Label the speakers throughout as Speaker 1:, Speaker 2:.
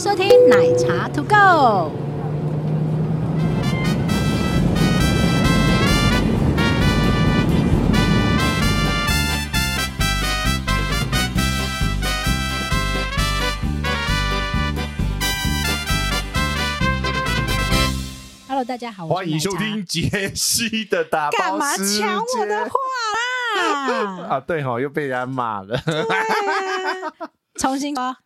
Speaker 1: 收听奶茶 To Go。Hello，大家好，我是
Speaker 2: 欢迎
Speaker 1: 奶
Speaker 2: 收
Speaker 1: 茶
Speaker 2: 听。杰西的打
Speaker 1: 哦
Speaker 2: 包
Speaker 1: 干嘛
Speaker 2: 世
Speaker 1: 抢我的
Speaker 2: 界
Speaker 1: 话啦？
Speaker 2: 啊？对哈、又被人家骂 了。
Speaker 1: 重新说。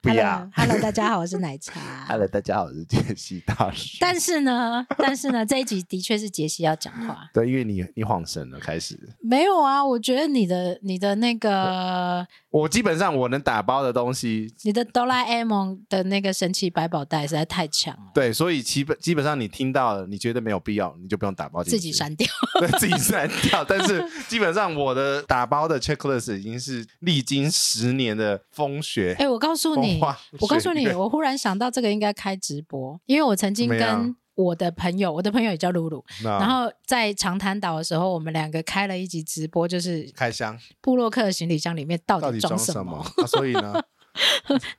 Speaker 2: 不要
Speaker 1: Hello，Hello，大家好，我是奶 茶。
Speaker 2: Hello，大家好，我是杰西大师。
Speaker 1: 但是呢， 但是呢，这一集的确是杰西要讲话。
Speaker 2: 对，因为你你晃神了，开始。
Speaker 1: 没有啊，我觉得你的你的那个
Speaker 2: 我基本上我能打包的东西，
Speaker 1: 你的哆啦 A 梦的那个神奇百宝袋实在太强了，
Speaker 2: 对，所以基本基本上你听到了，你觉得没有必要，你就不用打包进去
Speaker 1: 自己，删掉。
Speaker 2: 对， 自己删掉。但是基本上我的打包的 checklist 已经是历经十年的风雪。
Speaker 1: 哎、我告诉
Speaker 2: 风
Speaker 1: 你
Speaker 2: 花，
Speaker 1: 我告诉
Speaker 2: 雪
Speaker 1: 你，
Speaker 2: 月
Speaker 1: 我忽然想到这个应该开直播，因为我曾经
Speaker 2: 怎么样啊
Speaker 1: 跟我的朋友，我的朋友也叫露露，
Speaker 2: 那
Speaker 1: 然后在长滩岛的时候，我们两个开了一集直播，就是
Speaker 2: 开箱
Speaker 1: 布洛克的行李箱里面到
Speaker 2: 到
Speaker 1: 底
Speaker 2: 底
Speaker 1: 装
Speaker 2: 装
Speaker 1: 什
Speaker 2: 什么
Speaker 1: 么？？
Speaker 2: 啊所以呢？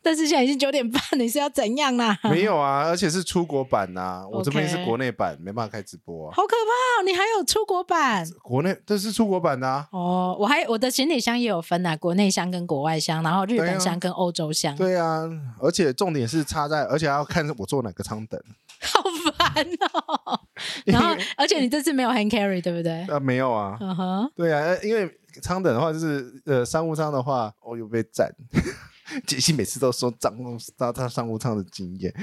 Speaker 1: 但是现在已经九点半，你是要怎样啦？
Speaker 2: 没有 啊，而且是出国版呐、我这边是
Speaker 1: OK
Speaker 2: 国内版，没办法开直播、啊。
Speaker 1: 好可怕、哦！你还有出国版
Speaker 2: 国内这是出国版的、啊，
Speaker 1: 哦，我还我的行李箱也有分呐、啊国内箱跟国外箱，然后日
Speaker 2: 对
Speaker 1: 本
Speaker 2: 啊
Speaker 1: 箱跟欧洲箱，
Speaker 2: 对啊，而且重点是插在，而且还要看我坐哪个舱等。
Speaker 1: 好烦哦。然后，而且你这次没有 hand carry 对不对？
Speaker 2: 啊，没有啊，
Speaker 1: 嗯哼，
Speaker 2: 对啊，呃因为舱等的话就是呃商务舱的话，我、有被占。杰西每次都说商务他他商务舱的 经验，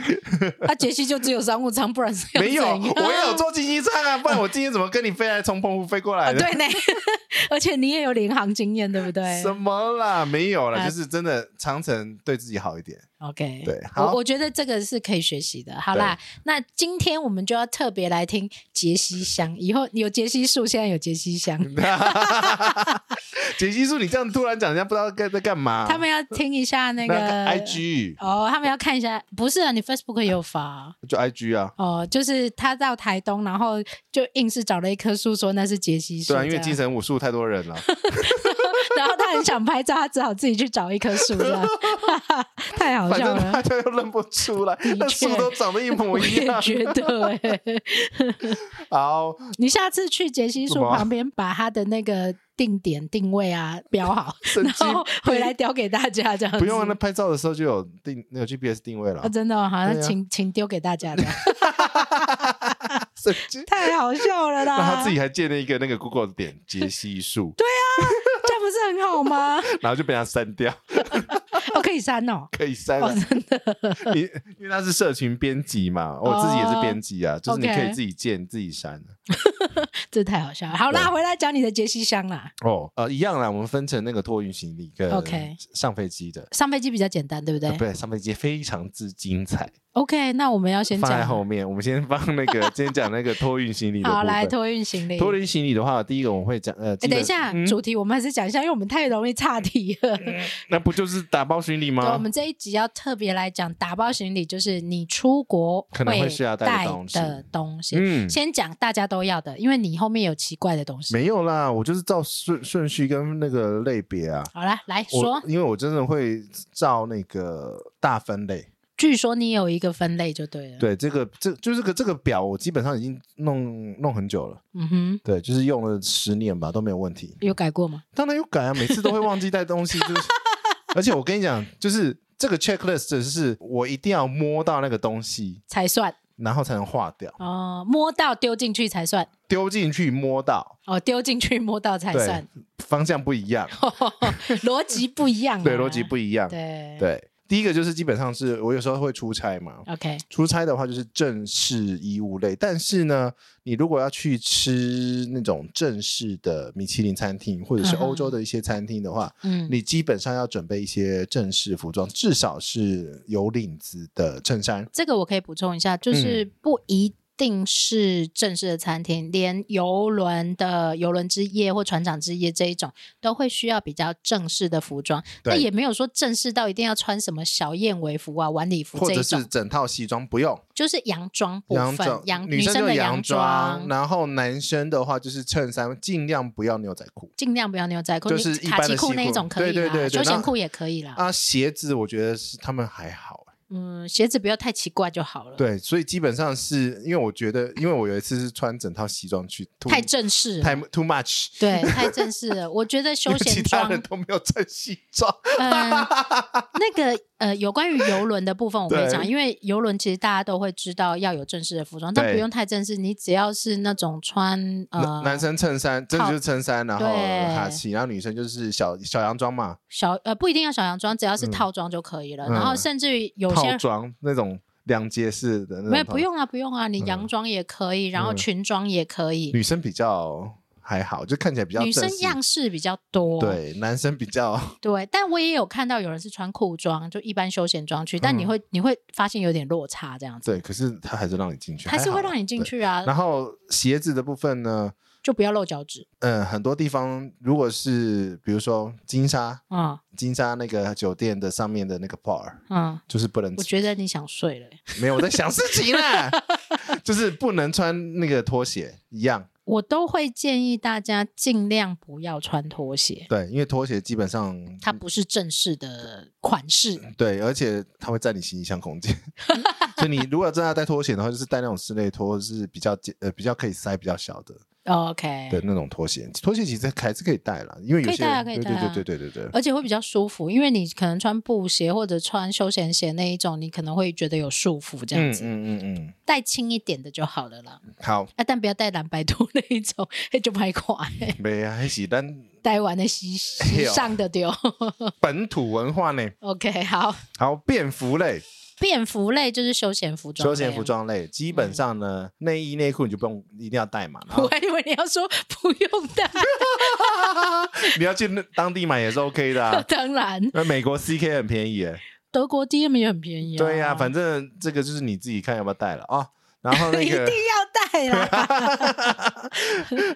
Speaker 1: 啊，杰西就只有商务舱，不然是又
Speaker 2: 没有，
Speaker 1: 怎样
Speaker 2: 我也 有坐经济舱啊，不然我今天怎么跟你飞来从澎湖飞过
Speaker 1: 啊
Speaker 2: 来的？
Speaker 1: 对呢， 而且你也有领航经验，对不对
Speaker 2: 什么啦？没有啦，
Speaker 1: 啊
Speaker 2: 就是真的长城对自己好一点。
Speaker 1: ？OK，
Speaker 2: 对好
Speaker 1: 我我觉得这个是可以学习的。好啦，那今天我们就要特别来听杰西香，以后有杰西树，现在有杰西 香，
Speaker 2: 解析叔，你这样突然讲，人家不知道该在干嘛。
Speaker 1: 他们要听一下那
Speaker 2: 那
Speaker 1: 个
Speaker 2: IG
Speaker 1: 哦，他们要看一下，不是啊，你 Facebook 也有发啊、
Speaker 2: 就 IG 啊，
Speaker 1: 哦，就是他到台东，然后就硬是找了一棵树，说那是杰西树，
Speaker 2: 对啊，因
Speaker 1: 这
Speaker 2: 为
Speaker 1: 样
Speaker 2: 精，神武术太多人了，
Speaker 1: 然后他很想拍照，他只好自己去找一棵树，这样， 太好
Speaker 2: 反
Speaker 1: 笑
Speaker 2: 正
Speaker 1: 了
Speaker 2: 大。家又认不出来，那
Speaker 1: 确
Speaker 2: 树都长得一模
Speaker 1: 我
Speaker 2: 一
Speaker 1: 也
Speaker 2: 样。
Speaker 1: 觉得、欸，
Speaker 2: 好，
Speaker 1: 你下次去杰西
Speaker 2: 什
Speaker 1: 树
Speaker 2: 么
Speaker 1: 旁边，把他的那个定点定位啊标好，
Speaker 2: 神
Speaker 1: 然
Speaker 2: 经
Speaker 1: 后回来丢给大家这样子。
Speaker 2: 不用啊，那拍照的时候就有定那个 GPS 定位了
Speaker 1: 哦，，真的、哦，好，那
Speaker 2: 对啊
Speaker 1: 请、请丢给大家的，
Speaker 2: 神经。
Speaker 1: 太好笑了啦！
Speaker 2: 然后他自己还建了一个那个 Google 点解析术，对，
Speaker 1: 这样不是很好吗？
Speaker 2: 然后就被他删掉，
Speaker 1: 哦，可以删哦。
Speaker 2: 可以删了
Speaker 1: 哦，。真的，
Speaker 2: 你因为他是社群编辑嘛，我自己也是编辑啊，就是你
Speaker 1: 哦 OK
Speaker 2: 可以自己建自己删。
Speaker 1: 这太好笑了。好啦，
Speaker 2: 对
Speaker 1: 回来讲你的杰西箱啦。
Speaker 2: 哦，呃，一样啦，我们分成那个托运行李跟
Speaker 1: OK
Speaker 2: 上飞机的。
Speaker 1: 上飞机比较简单，对不对、
Speaker 2: 呃不对，上飞机非常之精彩，
Speaker 1: o k 那我们要先
Speaker 2: 放在
Speaker 1: 讲
Speaker 2: 后面。我们先放那 个，今天讲那个托运行李的部
Speaker 1: 好，来
Speaker 2: 分。
Speaker 1: 托运行李。
Speaker 2: 托运行李的话，第一个我们会讲，呃，
Speaker 1: 哎，
Speaker 2: 基本
Speaker 1: 等一下，
Speaker 2: 嗯
Speaker 1: 主题我们还是讲一下，因为我们太容易岔题了。
Speaker 2: 那不就是打包行李
Speaker 1: 对，我
Speaker 2: 吗？
Speaker 1: 们这一集要特别来讲打包行李，就是你出国
Speaker 2: 可能会需要带
Speaker 1: 带
Speaker 2: 的东西
Speaker 1: 的东西。
Speaker 2: 嗯，
Speaker 1: 先讲大家都要的，因为你后面有奇怪的东西。
Speaker 2: 没有啦，我就是照顺顺序跟那个类别啊。
Speaker 1: 好啦，来
Speaker 2: 我
Speaker 1: 说，
Speaker 2: 因为我真的会照那个大分类，
Speaker 1: 据说你有一个分类就对了。，
Speaker 2: 对这个这就是个这个表，我基本上已经弄弄很久了，
Speaker 1: 嗯哼，
Speaker 2: 对，就是用了十年吧都没有问题。
Speaker 1: 有改过吗？
Speaker 2: 当然有改啊，每次都会忘记带东西， 就是。而且我跟你讲，就是这个 checklist 是我一定要摸到那个东西，
Speaker 1: 才算
Speaker 2: 然后才能划掉，
Speaker 1: 哦，摸到丢进去才算
Speaker 2: 丢进去摸到，
Speaker 1: 哦，丢进去摸到才
Speaker 2: 对
Speaker 1: 算，
Speaker 2: 方向不一样，
Speaker 1: 逻辑不一样啊。
Speaker 2: 对，逻辑不一样，
Speaker 1: 哦对
Speaker 2: 对。第一个就是基本上是我有时候会出差嘛，
Speaker 1: OK，
Speaker 2: 出差的话就是正式衣物类，但是呢，你如果要去吃那种正式的米其林餐厅或者是
Speaker 1: 嗯哼
Speaker 2: 欧洲的一些餐厅的话，
Speaker 1: 嗯，
Speaker 2: 你基本上要准备一些正式服装，至少是有领子的衬衫。
Speaker 1: 这个我可以补充一下，就是不一定是正式的餐厅，连游轮的游轮之夜或船长之夜这一种，都会需要比较正式的服装。
Speaker 2: 对
Speaker 1: 那也没有说正式到一定要穿什么小燕尾服啊、晚礼服
Speaker 2: 或
Speaker 1: 这一
Speaker 2: 者是
Speaker 1: 种，
Speaker 2: 整套西装不用，
Speaker 1: 就是洋装部
Speaker 2: 洋
Speaker 1: 分
Speaker 2: 装，
Speaker 1: 洋
Speaker 2: 女
Speaker 1: 生
Speaker 2: 就
Speaker 1: 的
Speaker 2: 洋
Speaker 1: 装。
Speaker 2: 然后男生的话就是衬衫，尽量不要牛仔裤
Speaker 1: 尽量不要牛仔裤，
Speaker 2: 就是
Speaker 1: 哦你
Speaker 2: 一
Speaker 1: 卡
Speaker 2: 般的
Speaker 1: 其裤
Speaker 2: 西
Speaker 1: 那一
Speaker 2: 裤
Speaker 1: 种可以啦，
Speaker 2: 对对对对啊
Speaker 1: 休闲
Speaker 2: 那
Speaker 1: 裤也可以啦。
Speaker 2: 啊。鞋子我觉得是他们还好，
Speaker 1: 嗯，嗯，鞋子不要太奇怪就好了。，
Speaker 2: 对，所以基本上是因为我觉得，因为我有一次是穿整套西装去，too-
Speaker 1: 太正式了。
Speaker 2: 太 too much，
Speaker 1: 对，太正式了。我觉得
Speaker 2: 因
Speaker 1: 休
Speaker 2: 为其
Speaker 1: 闲
Speaker 2: 他
Speaker 1: 装，
Speaker 2: 人都没有穿西装，
Speaker 1: 嗯， 那个呃，有关于游轮的部分，我会
Speaker 2: 对
Speaker 1: 讲，因为游轮其实大家都会知道要有正式的服装，但
Speaker 2: 对
Speaker 1: 不用太正式，你只要是那种穿呃
Speaker 2: 男男生衬衫，真的就是衬衫，然后
Speaker 1: 对
Speaker 2: 哈奇，然后女生就是小小洋装嘛，
Speaker 1: 小呃不一定要小洋装，只要是
Speaker 2: 嗯
Speaker 1: 套装就可以了。
Speaker 2: 嗯
Speaker 1: 然后甚至于有些
Speaker 2: 套装那种两节式的那种
Speaker 1: 没有
Speaker 2: 套
Speaker 1: 不，用啊，不用啊，你洋装也可以，然后
Speaker 2: 嗯
Speaker 1: 裙装也可以，
Speaker 2: 女生比较还好，就看起来比较
Speaker 1: 女生
Speaker 2: 正式
Speaker 1: 样式比较多。
Speaker 2: 对，男生比较
Speaker 1: 对但我也有看到有人是穿裤装，就一般休闲装去，但你
Speaker 2: 嗯
Speaker 1: 会你会发现有点落差这样子，
Speaker 2: 对，可是他还是让你进去，
Speaker 1: 还是
Speaker 2: 好
Speaker 1: 会
Speaker 2: 啦
Speaker 1: 让你进。去
Speaker 2: 对
Speaker 1: 啊，
Speaker 2: 然后鞋子的部分呢，
Speaker 1: 就不要露脚趾
Speaker 2: 嗯，很多地方如果是比如说金沙，
Speaker 1: 啊，
Speaker 2: 金沙那个酒店的上面的那个 bar，
Speaker 1: 嗯。
Speaker 2: 就是不能
Speaker 1: 我觉得你想睡了欸。
Speaker 2: 没有我在想事情 啦，就是不能穿那个拖鞋一样。
Speaker 1: 我都会建议大家尽量不要穿拖鞋，
Speaker 2: 对，因为拖鞋基本上
Speaker 1: 嗯它不是正式的款式。
Speaker 2: 对，而且它会占你行李 箱空间，所以你如果真的要带拖鞋的话，就是带那种室内拖，或者是比较简呃比较可以塞比较小的
Speaker 1: 哦 OK，
Speaker 2: 的那种拖鞋。拖鞋其实还是可以带啦，因为有
Speaker 1: 可以
Speaker 2: 些
Speaker 1: 带啊
Speaker 2: 人
Speaker 1: 可以
Speaker 2: 对
Speaker 1: 带啊
Speaker 2: 对对对对对。
Speaker 1: 而且会比较舒服，因为你可能穿布鞋或者穿休闲鞋那一种，你可能会觉得有束缚这样
Speaker 2: 嗯
Speaker 1: 子，
Speaker 2: 嗯嗯
Speaker 1: 带轻一点的就好了啦。
Speaker 2: 嗯，好，
Speaker 1: 啊，但不要带蓝白拖那一种，那就拍垮，
Speaker 2: 没啊，还是咱
Speaker 1: 带完的时
Speaker 2: 哎
Speaker 1: 时
Speaker 2: 呦
Speaker 1: 尚的丢。
Speaker 2: 本土文化呢。
Speaker 1: OK，好，
Speaker 2: 好，便服类、
Speaker 1: 便服类就是休闲服装，啊嗯
Speaker 2: 休闲服。装类，基本上呢，内衣内裤你就不用一定要带嘛。然后
Speaker 1: 我还以为你要说不用带，。
Speaker 2: 你要去那当地买也是 OK 的啊
Speaker 1: 当然，
Speaker 2: 那美国 CK 很便宜耶，
Speaker 1: 德国 DM 也很便宜、啊。
Speaker 2: 对呀、反正这个就是你自己看要不要带了啊、然后那
Speaker 1: 一定
Speaker 2: 个，
Speaker 1: 要带 啦。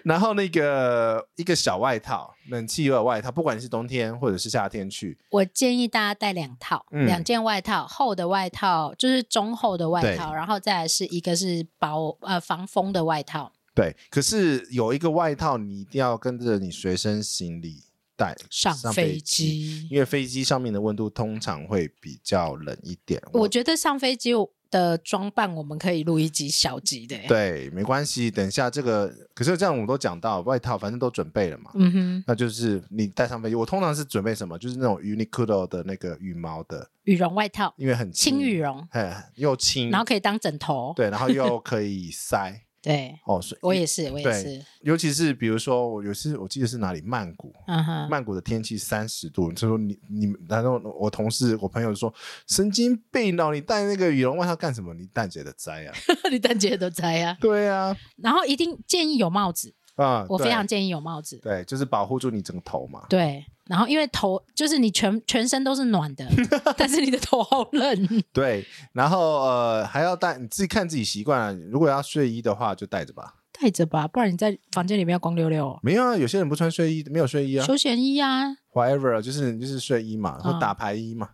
Speaker 2: 然后那个一个小外套，冷气有外套，不管你是冬天或者是夏天去，
Speaker 1: 我建议大家带两套，
Speaker 2: 嗯
Speaker 1: 两件外套，厚的外套就是中厚的外套，
Speaker 2: 对
Speaker 1: 然后再来是一个是薄呃防风的外套，
Speaker 2: 对。可是有一个外套，你一定要跟着你随身行李带
Speaker 1: 上
Speaker 2: 飞
Speaker 1: 飞。机。
Speaker 2: 因为飞机上面的温度通常会比较冷一点，哦
Speaker 1: 我觉得上飞机的装扮我们可以录一集小集的。，欸
Speaker 2: 对，没关系。等一下这个，可是这样我们都讲到外套，反正都准备了嘛。
Speaker 1: 嗯哼，
Speaker 2: 那就是你带上飞机，我通常是准备什么？就是那种 Uniqlo 的那个羽毛的，
Speaker 1: 羽绒外套，
Speaker 2: 因为很
Speaker 1: 轻羽，绒，
Speaker 2: 哎，又轻，
Speaker 1: 然后可以当枕头。
Speaker 2: 对，然后又可以塞
Speaker 1: 对，
Speaker 2: 哦。所以
Speaker 1: 我也是，我也
Speaker 2: 对
Speaker 1: 是。
Speaker 2: 尤其是比如说，我有一次我记得是哪里曼谷，
Speaker 1: 嗯哼，
Speaker 2: 曼谷的天气三十度，就说你你，然后我同事我朋友说神经病哦，你带那个羽绒外套干什么？你蛋姐的灾啊！
Speaker 1: 你蛋姐都摘啊。
Speaker 2: 对啊，
Speaker 1: 然后一定建议有帽子，
Speaker 2: 啊，
Speaker 1: 我
Speaker 2: 对
Speaker 1: 非常建议有帽子。
Speaker 2: 对，就是保护住你整个头嘛。
Speaker 1: 对，然后因为头就是你全全身都是暖 的，但是你的头好冷。
Speaker 2: 对，然后呃还要带，你自己看自己习惯了。如果要睡衣的话，就带着吧。
Speaker 1: 带着吧，不然你在房间里面要光溜溜哦。
Speaker 2: 没有啊，有些人不穿睡衣，没有睡衣啊
Speaker 1: 休闲衣啊，
Speaker 2: ，whatever，就是就是睡衣嘛，或
Speaker 1: 嗯
Speaker 2: 打牌衣嘛。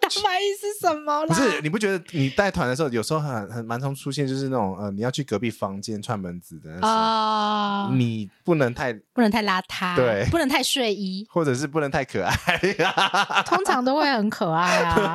Speaker 1: 打牌衣是什么
Speaker 2: 不是，你不觉得你带团的时候，有时候很很蛮常出现，就是那种呃，你要去隔壁房间串门子的那时候，
Speaker 1: 啊、
Speaker 2: 你不能太，
Speaker 1: 不能太邋遢，
Speaker 2: 对，
Speaker 1: 不能太睡衣
Speaker 2: 或者是不能太可爱。
Speaker 1: 通常都会很可爱啊。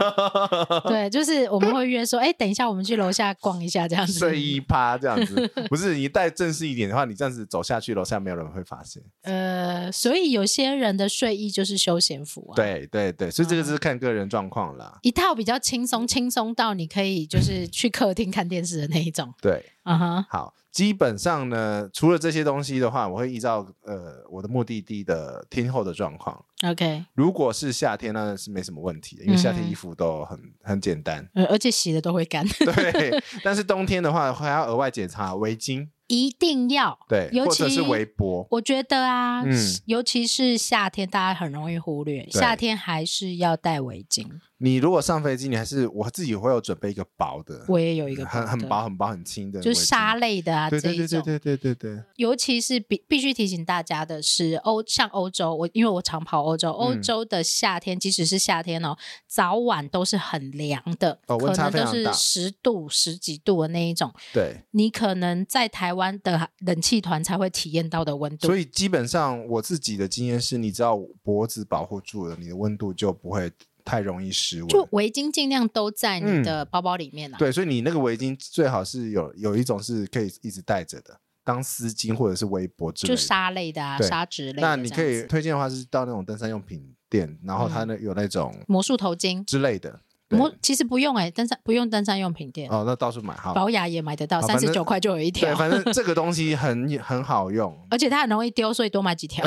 Speaker 1: 对，就是我们会约说，哎、等一下我们去楼下逛一下这样子。
Speaker 2: 睡衣，趴这样 子，不是你带正式一点的话，你这样子走下去，楼下没有人会发现。
Speaker 1: 呃，所以有些人的睡衣就是休闲服啊。。
Speaker 2: 对对对，所以这个就是看个人状况啦。
Speaker 1: 一套比较轻松，轻松到你可以就是去客厅看电视的那一种，
Speaker 2: 对，
Speaker 1: 啊哈，
Speaker 2: 好，基本上呢，除了这些东西的话，我会依照呃我的目的地的天候的状况。
Speaker 1: OK，
Speaker 2: 如果是夏天，那是没什么问题的，因为夏
Speaker 1: 嗯
Speaker 2: 天
Speaker 1: 哼。
Speaker 2: 衣服都很、很简单
Speaker 1: 呃，而且洗的都会干，
Speaker 2: 对，但是冬天的话，还要额外检查围巾，
Speaker 1: 一定要。
Speaker 2: 对，
Speaker 1: 尤
Speaker 2: 或者
Speaker 1: 其
Speaker 2: 是围脖。
Speaker 1: 我觉得啊，
Speaker 2: 嗯
Speaker 1: 尤其是夏天，大家很容易忽略，夏天还是要戴围巾。
Speaker 2: 你如果上飞机，你还是我自己会有准备一个薄的，
Speaker 1: 我也有一个
Speaker 2: 很很
Speaker 1: 包
Speaker 2: 薄、很薄、很轻的
Speaker 1: 的，
Speaker 2: 围巾，
Speaker 1: 就是纱类的啊
Speaker 2: 对
Speaker 1: 这
Speaker 2: 对
Speaker 1: 一
Speaker 2: 对对
Speaker 1: 种。
Speaker 2: 对对对对，
Speaker 1: 尤其是必必须提醒大家的是，欧像欧洲，我因为我常跑欧洲，欧
Speaker 2: 嗯
Speaker 1: 洲的夏天，即使是夏天哦，早晚都是很凉的，
Speaker 2: 哦温
Speaker 1: 可
Speaker 2: 差
Speaker 1: 能
Speaker 2: 非
Speaker 1: 都
Speaker 2: 常
Speaker 1: 是
Speaker 2: 大
Speaker 1: 十度、十几度的那一种。
Speaker 2: 对。
Speaker 1: 你可能在台湾的冷气团才会体验到的温度，
Speaker 2: 所以基本上我自己的经验是，你只要脖子保护住了，你的温度就不会太容易失温。
Speaker 1: 就围巾尽量都在你的包包里面啦。啊
Speaker 2: 嗯对，所以你那个围巾最好是有有一种是可以一直戴着的，当丝巾或者是围脖之类
Speaker 1: 就
Speaker 2: 的。
Speaker 1: 纱类的啊，
Speaker 2: 对
Speaker 1: 纱质类的这
Speaker 2: 那
Speaker 1: 样子。嗯
Speaker 2: 你可以推荐的话是到那种登山用品店，然后它那有那种
Speaker 1: 魔术头巾，
Speaker 2: 之类的。对
Speaker 1: 魔其实不用哎、登山不用登山用品店，
Speaker 2: 哦，那到处买好。
Speaker 1: 保雅也买得到，
Speaker 2: 好
Speaker 1: 三
Speaker 2: 反
Speaker 1: 十
Speaker 2: 正
Speaker 1: 九块就有一
Speaker 2: 对，
Speaker 1: 条，
Speaker 2: 反正这个东西很 很好用，
Speaker 1: 而且它很容易丢，所以多买几 条。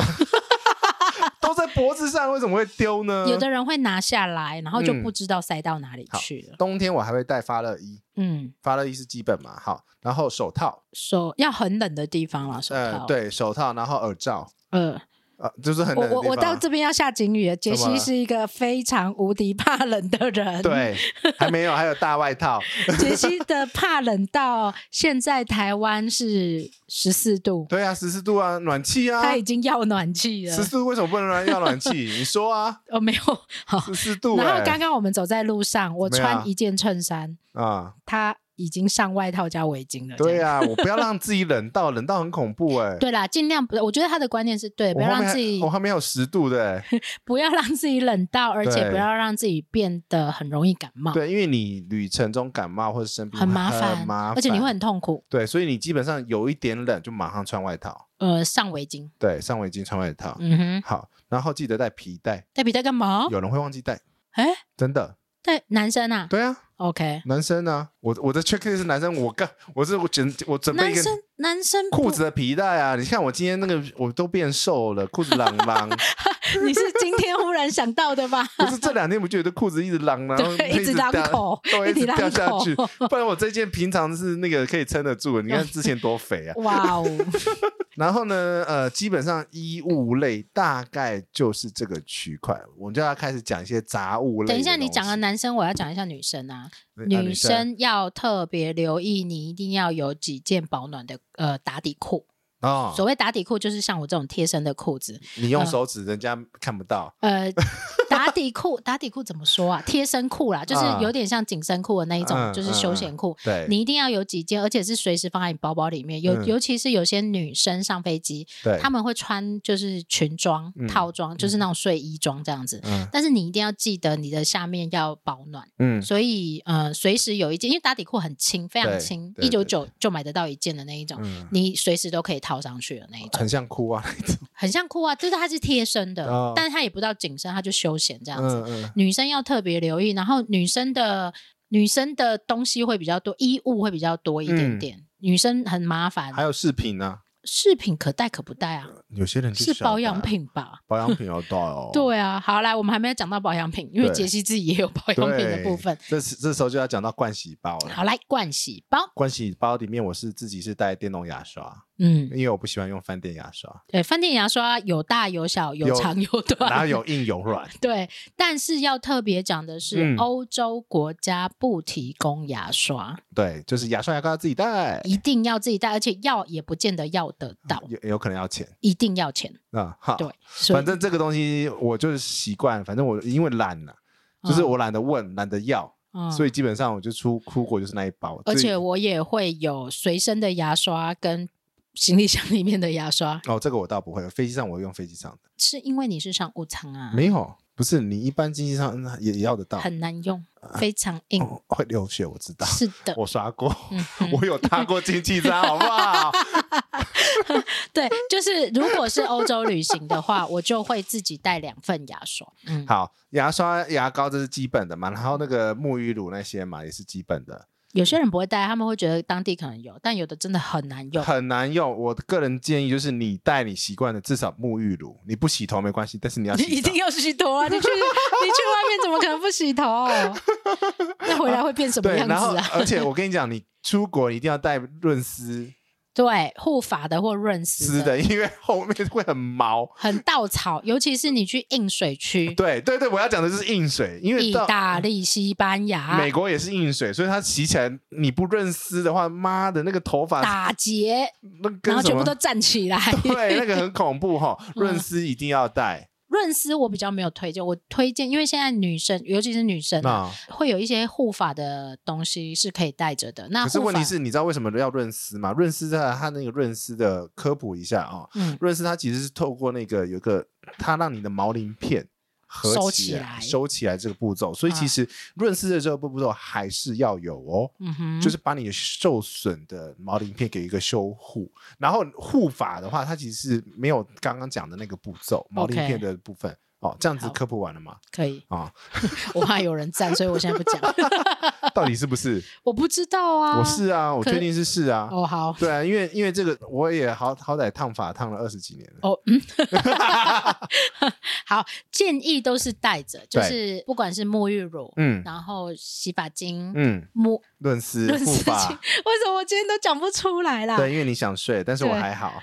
Speaker 2: 都在脖子上，为什么会丢呢？
Speaker 1: 有的人会拿下来，然后就
Speaker 2: 嗯
Speaker 1: 不知道塞到哪里
Speaker 2: 好
Speaker 1: 去了。
Speaker 2: 冬天我还会带发热衣，
Speaker 1: 嗯，
Speaker 2: 发热衣是基本嘛，好，然后手套，
Speaker 1: 手要很冷的地方了，手
Speaker 2: 呃，
Speaker 1: 套。，
Speaker 2: 对手套，然后耳罩，
Speaker 1: 呃，
Speaker 2: 呃，就是很
Speaker 1: 我
Speaker 2: 冷的
Speaker 1: 我
Speaker 2: 地
Speaker 1: 我到
Speaker 2: 方。
Speaker 1: 这边要下警语了。杰
Speaker 2: 怎么
Speaker 1: 西
Speaker 2: 了
Speaker 1: 是一个非常无敌怕冷的人，，
Speaker 2: 对，还没有，还有大外套，
Speaker 1: 杰西的怕冷到现在台湾是十四度，
Speaker 2: 对啊，十四度啊，暖气啊，
Speaker 1: 他已经要暖气了
Speaker 2: 十。四度为什么不能暖要暖气？你说啊，
Speaker 1: 哦，没有，好。
Speaker 2: 十四度、欸，
Speaker 1: 然后刚刚我们走在路上，我
Speaker 2: 怎么样
Speaker 1: 穿一件衬衫，
Speaker 2: 啊，
Speaker 1: 他已经上外套加围巾了。这
Speaker 2: 对
Speaker 1: 样
Speaker 2: 啊，我不要让自己冷到， 冷到很恐怖哎、
Speaker 1: 对啦，尽量不，我觉得他的观念是对，不
Speaker 2: 我
Speaker 1: 要
Speaker 2: 后
Speaker 1: 让
Speaker 2: 面
Speaker 1: 自己嗯
Speaker 2: 还我后哦面还有十度的、欸，
Speaker 1: 不要让自己冷到，而且
Speaker 2: 对
Speaker 1: 不要让自己变得很容易感冒，
Speaker 2: 对，因为你旅程中感冒或者生病
Speaker 1: 很麻
Speaker 2: 烦，
Speaker 1: 烦，
Speaker 2: 很麻
Speaker 1: 而且你会很痛苦。
Speaker 2: 对，所以你基本上有一点冷就马上穿外套，
Speaker 1: 呃，上围巾，
Speaker 2: 对，上围巾穿外套，
Speaker 1: 嗯哼，
Speaker 2: 好，然后记得带皮带，
Speaker 1: 带皮带干嘛？
Speaker 2: 有人会忘记带，
Speaker 1: 哎，
Speaker 2: 真的，
Speaker 1: 带男生啊
Speaker 2: 对啊，
Speaker 1: ，OK，
Speaker 2: 男生啊，我我的 checklist 是男生，我干，我是我准我准备
Speaker 1: 男
Speaker 2: 一个
Speaker 1: 生男生不
Speaker 2: 裤子，的皮带啊，你看我今天那个我都变瘦了，裤子啷啷，
Speaker 1: 你是今天忽然想到的 吧？
Speaker 2: 不是这两天不觉得裤子一直啷啷，然后
Speaker 1: 对，一直
Speaker 2: 直
Speaker 1: 当
Speaker 2: 掉
Speaker 1: 口，
Speaker 2: 对，
Speaker 1: 一
Speaker 2: 一
Speaker 1: 直
Speaker 2: 直
Speaker 1: 当
Speaker 2: 掉下
Speaker 1: 口，。
Speaker 2: 去，不然我这件平常是那个可以撑得住的，你看之前多肥啊
Speaker 1: 哇哦，
Speaker 2: 然后呢，呃，基本上衣物类大概就是这个区块，我们就要开始讲一些杂物类的
Speaker 1: 等
Speaker 2: 东
Speaker 1: 一
Speaker 2: 西。
Speaker 1: 下，你讲了男生，我要讲一下女生啊。
Speaker 2: 呃
Speaker 1: 女生要特别留意，你一定要有几件保暖的呃打底裤。
Speaker 2: 哦，
Speaker 1: 所谓打底裤，就是像我这种贴身的裤子。
Speaker 2: 你用手指人家看不到，
Speaker 1: 呃，打底裤，打底裤怎么说啊？贴身裤啦，就是有点像紧身裤的那一种，
Speaker 2: 嗯
Speaker 1: 就是休闲裤。
Speaker 2: 对，
Speaker 1: 你一定要有几件，而且是随时放在你包包里面。尤、
Speaker 2: 嗯
Speaker 1: 尤其是有些女生上飞机，
Speaker 2: 对，
Speaker 1: 她们会穿就是裙装、
Speaker 2: 嗯
Speaker 1: 套装，就是那种睡衣装这样子。
Speaker 2: 嗯
Speaker 1: 但是你一定要记得你的下面要保暖，
Speaker 2: 嗯，
Speaker 1: 所以呃，随时有一件，因为打底裤很轻，非常
Speaker 2: 对
Speaker 1: 轻，一
Speaker 2: 对
Speaker 1: 九
Speaker 2: 对
Speaker 1: 九就买得到一件的那一种，
Speaker 2: 嗯
Speaker 1: 你随时都可以套上去的那一种。
Speaker 2: 很像哭啊，
Speaker 1: 很像裤啊，就是它是贴身的，
Speaker 2: 哦
Speaker 1: 但是它也不到紧身，它就休闲这样子。
Speaker 2: 嗯嗯，
Speaker 1: 女生要特别留意，然后女生的女生的东西会比较多，衣物会比较多一点点。女生很麻烦
Speaker 2: 嗯还，有饰品呢，
Speaker 1: 饰品可带可不带啊？
Speaker 2: 有些人就是晓得啊
Speaker 1: 保养，品吧？。
Speaker 2: 保养品要带哦
Speaker 1: 对啊，好来，我们还没有讲到保养品，因为
Speaker 2: 对
Speaker 1: 杰西自己也有保
Speaker 2: 对，
Speaker 1: 养品的部分。
Speaker 2: 这时这时候就要讲到盥洗包了。
Speaker 1: 好来，盥洗包，
Speaker 2: 盥洗包里面，我是自己是带电动牙刷，
Speaker 1: 嗯，
Speaker 2: 因为我不喜欢用饭店牙 刷，
Speaker 1: 对，饭店牙刷啊有大有小，有
Speaker 2: 有
Speaker 1: 长有短，
Speaker 2: 哪有硬有软？
Speaker 1: 对，但是要特别讲的是，
Speaker 2: 嗯
Speaker 1: 欧洲国家不提供牙刷，
Speaker 2: 对，就是牙刷牙膏要自己带，
Speaker 1: 一定要自己带，而且要也不见得要得到，
Speaker 2: 嗯有有可能要钱
Speaker 1: 一定要钱。
Speaker 2: 啊。好，
Speaker 1: 对，所以
Speaker 2: 反正这个东西我就是习惯，反正我因为懒了、就是我懒得问，懒得要，
Speaker 1: 嗯
Speaker 2: 所以基本上我就出出国就是那一包，
Speaker 1: 而
Speaker 2: 自己
Speaker 1: 且我也会有随身的牙刷跟行李箱里面的牙刷，
Speaker 2: 哦，这个我倒不会，飞机上我用飞机上的，
Speaker 1: 是因为你是商务舱啊，
Speaker 2: 没有，不是你一般经济上嗯也也要得到，
Speaker 1: 很难用，非常硬。
Speaker 2: 哦会流血，我知道，
Speaker 1: 是的，
Speaker 2: 我刷过，
Speaker 1: 嗯哼
Speaker 2: 我有搭过经济舱，好不 好？
Speaker 1: 对，就是如果是欧洲旅行的话，我就会自己带两份牙刷。嗯，
Speaker 2: 好，牙刷、牙膏这是基本的嘛，然后那个沐浴乳那些嘛也是基本的，
Speaker 1: 有些人不会带，他们会觉得当地可能有，但有的真的很难用。
Speaker 2: 很难用。我个人建议就是你带你习惯的，至少沐浴乳，你不洗头没关系，但是你要
Speaker 1: 你
Speaker 2: 洗
Speaker 1: 一
Speaker 2: 澡
Speaker 1: 定。要洗头啊！你去你去外面怎么可能不洗头？那回来会变什么
Speaker 2: 对，
Speaker 1: 样
Speaker 2: 然后
Speaker 1: 子啊？
Speaker 2: 而且我跟你讲，你出国一定要带润 丝
Speaker 1: 对，护发的或润丝
Speaker 2: 丝的，因为后面会很毛。
Speaker 1: 很稻草，尤其是你去硬水区，
Speaker 2: 对对对，我要讲的就是硬水，因为
Speaker 1: 意
Speaker 2: 到
Speaker 1: 大利、西班牙
Speaker 2: 美国也是硬水，所以它洗起来你不润丝的话，妈的那个头发
Speaker 1: 打结，
Speaker 2: 那
Speaker 1: 然
Speaker 2: 跟
Speaker 1: 后
Speaker 2: 什
Speaker 1: 全部
Speaker 2: 么
Speaker 1: 都？站起 来。
Speaker 2: 对，那个很恐怖哈、
Speaker 1: 嗯
Speaker 2: 润丝一定要带。
Speaker 1: 润丝我比较没有推荐，我推荐，因为现在女生，尤其是女生啊、
Speaker 2: 那
Speaker 1: 会有一些护发的东西是可以带着的。那
Speaker 2: 可是
Speaker 1: 护
Speaker 2: 问题
Speaker 1: 发，
Speaker 2: 是，你知道为什么要润丝吗？润丝它它那个润丝的科普一下啊、哦，
Speaker 1: 嗯，
Speaker 2: 润丝它其实是透过那个有一个它让你的毛鳞片合
Speaker 1: 收
Speaker 2: 起
Speaker 1: 起
Speaker 2: 来、
Speaker 1: 来
Speaker 2: 收起来这个步骤。所以其
Speaker 1: 啊
Speaker 2: 实润丝的这个步骤还是要有哦。
Speaker 1: 嗯哼，
Speaker 2: 就是把你受损的毛鳞片给一个修护，然后护法的话，它其实是没有刚刚讲的那个步骤，毛鳞片的部分。哦，这样子
Speaker 1: 好
Speaker 2: 科普完了吗？
Speaker 1: 可以。
Speaker 2: 啊、
Speaker 1: 我怕有人赞，所以我现在不讲。
Speaker 2: 到底是不是？
Speaker 1: 我不知道啊，
Speaker 2: 我是啊，我
Speaker 1: 可
Speaker 2: 确定是是啊。
Speaker 1: 哦好
Speaker 2: 对啊，因为因为这个我也好好歹烫发烫了二十几年了。
Speaker 1: 哦，嗯，好，建议都是带着，就是不管是沐浴乳，
Speaker 2: 嗯
Speaker 1: 然后洗发精，
Speaker 2: 嗯，
Speaker 1: 沐
Speaker 2: 论丝
Speaker 1: 润
Speaker 2: 护
Speaker 1: 丝巾
Speaker 2: 发，
Speaker 1: 为什么我今天都讲不出来啦？
Speaker 2: 对，因为你想睡，但是我
Speaker 1: 对
Speaker 2: 还好。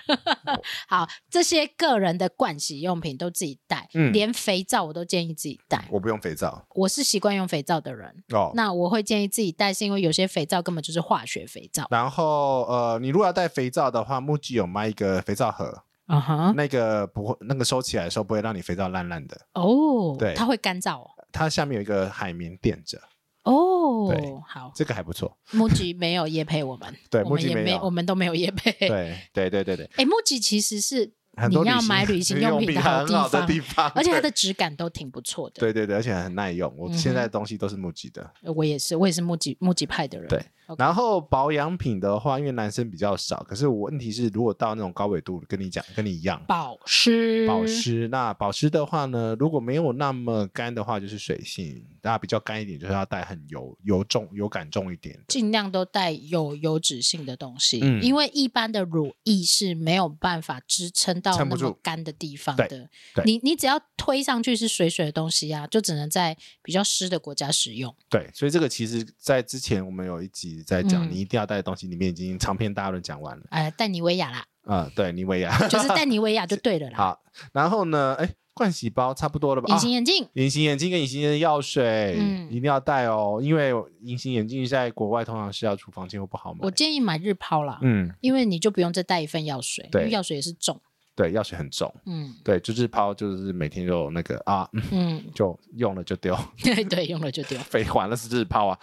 Speaker 1: 好，这些个人的盥洗用品都自己带，
Speaker 2: 嗯
Speaker 1: 连肥皂我都建议自己带。
Speaker 2: 我不用肥皂
Speaker 1: 我是习惯用肥皂的人，
Speaker 2: 哦。
Speaker 1: 那我会建议自己带，是因为有些肥皂根本就是化学肥皂。
Speaker 2: 然后呃，你如果要带肥皂的话，木吉有卖一个肥皂盒，
Speaker 1: 啊哈，
Speaker 2: 那个不会，那个收起来的时候不会让你肥皂烂烂的。
Speaker 1: 哦，
Speaker 2: 对
Speaker 1: 它会干燥哦。
Speaker 2: 它下面有一个海绵垫着，对
Speaker 1: 哦，好，
Speaker 2: 这个还不错。
Speaker 1: 木吉没有夜配我们，
Speaker 2: 对
Speaker 1: 我
Speaker 2: 木
Speaker 1: 们
Speaker 2: 吉
Speaker 1: 也
Speaker 2: 没
Speaker 1: 没
Speaker 2: 有，
Speaker 1: 我们都没有夜配。
Speaker 2: 对对对对对，
Speaker 1: 哎，木吉其实是
Speaker 2: 很
Speaker 1: 你
Speaker 2: 多
Speaker 1: 要买旅行
Speaker 2: 行
Speaker 1: 用
Speaker 2: 品
Speaker 1: 品的
Speaker 2: 很好的
Speaker 1: 地
Speaker 2: 地方，
Speaker 1: 而且它
Speaker 2: 对
Speaker 1: 的质感都挺不错的。
Speaker 2: 对对对，而且很耐用。我
Speaker 1: 嗯哼
Speaker 2: 现在的东西都是木吉的。
Speaker 1: 呃我也是，我也是木吉木吉派的人。
Speaker 2: 对
Speaker 1: OK
Speaker 2: 然后保养品的话，因为男生比较少，可是我问题是，如果到那种高纬度，跟你讲，跟你一样，
Speaker 1: 保湿，
Speaker 2: 保湿。那保湿的话呢，如果没有那么干的话，就是水性；那比较干一点，就是要带很油、油重、油感重一点。
Speaker 1: 尽量都带有油脂性的东西，
Speaker 2: 嗯
Speaker 1: 因为一般的乳液是没有办法支撑到
Speaker 2: 撑不
Speaker 1: 那么
Speaker 2: 住
Speaker 1: 干的地方
Speaker 2: 对
Speaker 1: 的
Speaker 2: 对。
Speaker 1: 你你只要推上去是水水的东西啊，就只能在比较湿的国家使用。
Speaker 2: 对，所以这个其实，在之前我们有一集在讲，
Speaker 1: 嗯
Speaker 2: 你一定要带的东西，里面已经长篇大论讲完了。
Speaker 1: 呃，戴妮维亚啦，
Speaker 2: 啊、 对，妮维雅。
Speaker 1: 就是戴妮维亚就对了啦。
Speaker 2: 好，然后呢，哎，盥洗包差不多了吧？
Speaker 1: 隐形
Speaker 2: 啊
Speaker 1: 眼镜，
Speaker 2: 隐形眼镜跟隐形眼镜的药水、
Speaker 1: 嗯
Speaker 2: 一定要带哦，因为隐形眼镜在国外通常是要处方签或不好买
Speaker 1: 我。建议买日抛啦，
Speaker 2: 嗯，
Speaker 1: 因为你就不用再带一份药水，因
Speaker 2: 对
Speaker 1: 为药水也是重。
Speaker 2: 对，药水很重，
Speaker 1: 嗯
Speaker 2: 对，就是抛，就是每天就有那个啊，嗯
Speaker 1: 嗯，
Speaker 2: 就用了就丢，
Speaker 1: 对对，用了就丢。
Speaker 2: 废话，那是日 抛啊。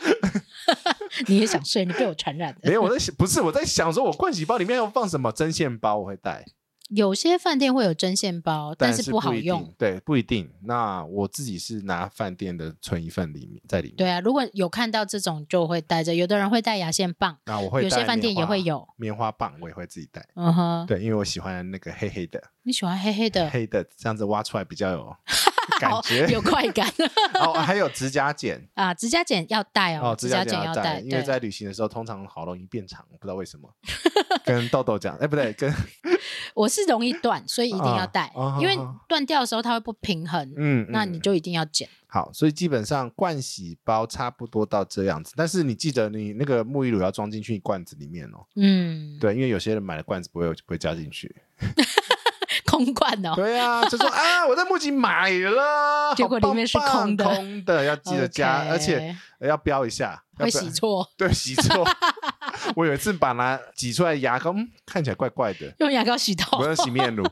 Speaker 1: 你也想睡，你被我传染的。
Speaker 2: 没有，我在想，不是我在想说，我盥洗包里面要放什么针线包，我会带，
Speaker 1: 有些饭店会有针线包，但
Speaker 2: 是
Speaker 1: 不好
Speaker 2: 一定
Speaker 1: 用。，
Speaker 2: 对，不一定。那我自己是拿饭店的存一份里面在里面，
Speaker 1: 对啊，如果有看到这种就会带着，有的人会带牙线棒，
Speaker 2: 那我会
Speaker 1: 有些
Speaker 2: 带
Speaker 1: 饭店
Speaker 2: 棉
Speaker 1: 也
Speaker 2: 花
Speaker 1: 会有。
Speaker 2: 棉花棒，我也会自己带。
Speaker 1: 嗯哼，
Speaker 2: 对，因为我喜欢那个黑黑的，
Speaker 1: 你喜欢黑黑的，
Speaker 2: 黑的这样子挖出来比较 有感
Speaker 1: 好
Speaker 2: 觉。
Speaker 1: 有快感
Speaker 2: 哦，还有指甲剪
Speaker 1: 啊！指甲剪要带哦，
Speaker 2: 哦，
Speaker 1: 指
Speaker 2: 指甲
Speaker 1: 剪
Speaker 2: 要
Speaker 1: 带，
Speaker 2: 因为在
Speaker 1: 对，
Speaker 2: 旅行的时候通常好容易变长，不知道为什么。跟豆豆讲，哎，不 对，跟
Speaker 1: 我是容易断，所以一定要
Speaker 2: 啊
Speaker 1: 带
Speaker 2: 啊，
Speaker 1: 因为
Speaker 2: 啊啊
Speaker 1: 断掉的时候它会不平衡，
Speaker 2: 嗯，
Speaker 1: 那
Speaker 2: 嗯
Speaker 1: 你就一定要剪。
Speaker 2: 好。所以基本上盥洗包差不多到这样子，但是你记得你那个沐浴乳要装进去罐子里面哦。
Speaker 1: 嗯，
Speaker 2: 对，因为有些人买了罐子不会不会加进去。
Speaker 1: 空罐哦，
Speaker 2: 对啊，就说啊，我在木吉买了，
Speaker 1: 结
Speaker 2: 好
Speaker 1: 果里
Speaker 2: 棒
Speaker 1: 面是
Speaker 2: 棒
Speaker 1: 空的
Speaker 2: 空的要记得加，而且
Speaker 1: OK，
Speaker 2: 呃要标一下，要
Speaker 1: 会
Speaker 2: 标
Speaker 1: 洗错，
Speaker 2: 对，洗错。我有一次把它挤出来牙膏，嗯看起来怪 怪的，
Speaker 1: 用牙膏洗头
Speaker 2: 我。用洗面乳。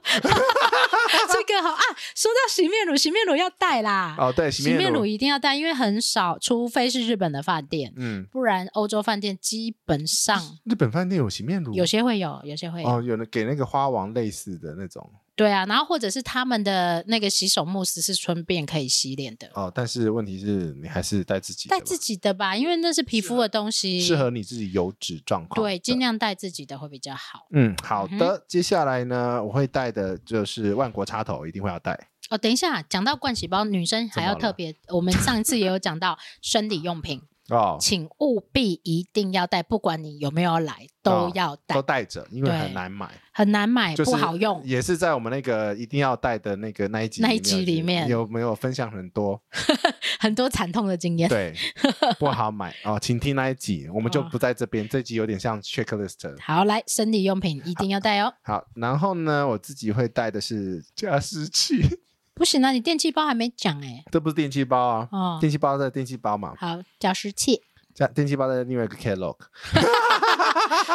Speaker 1: 这个好啊！说到洗面乳，洗面乳要带啦，
Speaker 2: 哦，对，洗
Speaker 1: 洗
Speaker 2: 面
Speaker 1: 面乳
Speaker 2: 乳，
Speaker 1: 一定要带，因为很少，除非是日本的饭店。
Speaker 2: 嗯，
Speaker 1: 不然欧洲饭店基本上
Speaker 2: 日本饭店有洗面乳，
Speaker 1: 有些会有，有些会有。
Speaker 2: 哦，有的给那个花王类似的那种
Speaker 1: 对啊，然后或者是他们的那个洗手慕斯是顺便可以洗脸的，
Speaker 2: 哦，但是问题是你还是带自己的
Speaker 1: 带
Speaker 2: 吧，
Speaker 1: 自己的吧，因为那是皮肤的东西，
Speaker 2: 适合你自己油脂状况，
Speaker 1: 对，尽。量带自己的会比较好。
Speaker 2: 嗯，好
Speaker 1: 嗯
Speaker 2: 的。接下来呢，我会带的就是万国插头，一定会要带。
Speaker 1: 哦，等一下，讲到盥洗包，女生还要
Speaker 2: 怎么
Speaker 1: 特
Speaker 2: 了
Speaker 1: 别，我们上一次也有讲到生理用品，
Speaker 2: 哦，
Speaker 1: 请务必一定要带，不管你有没有来，都
Speaker 2: 哦
Speaker 1: 要带，
Speaker 2: 都带着，因为
Speaker 1: 对
Speaker 2: 很难买，
Speaker 1: 很难买，
Speaker 2: 就是
Speaker 1: 不好用。
Speaker 2: 也是在我们那个一定要带的那个那一集
Speaker 1: 那一
Speaker 2: 有
Speaker 1: 集里面
Speaker 2: 有没有分享很多？
Speaker 1: 很多惨痛的经验，
Speaker 2: 对，不好买哦，请听那一集，我们就
Speaker 1: 哦
Speaker 2: 不在这边。这集有点像 checklist。
Speaker 1: 好，来，生理用品一定要带哦。
Speaker 2: 好，然后呢，我自己会带的是加湿器，
Speaker 1: 不行啊，你电器包还没讲哎、
Speaker 2: 这不是电器包啊，
Speaker 1: 哦，
Speaker 2: 电器包在电器包嘛，
Speaker 1: 好，加湿器，
Speaker 2: 加电器包在另外一个 catalog。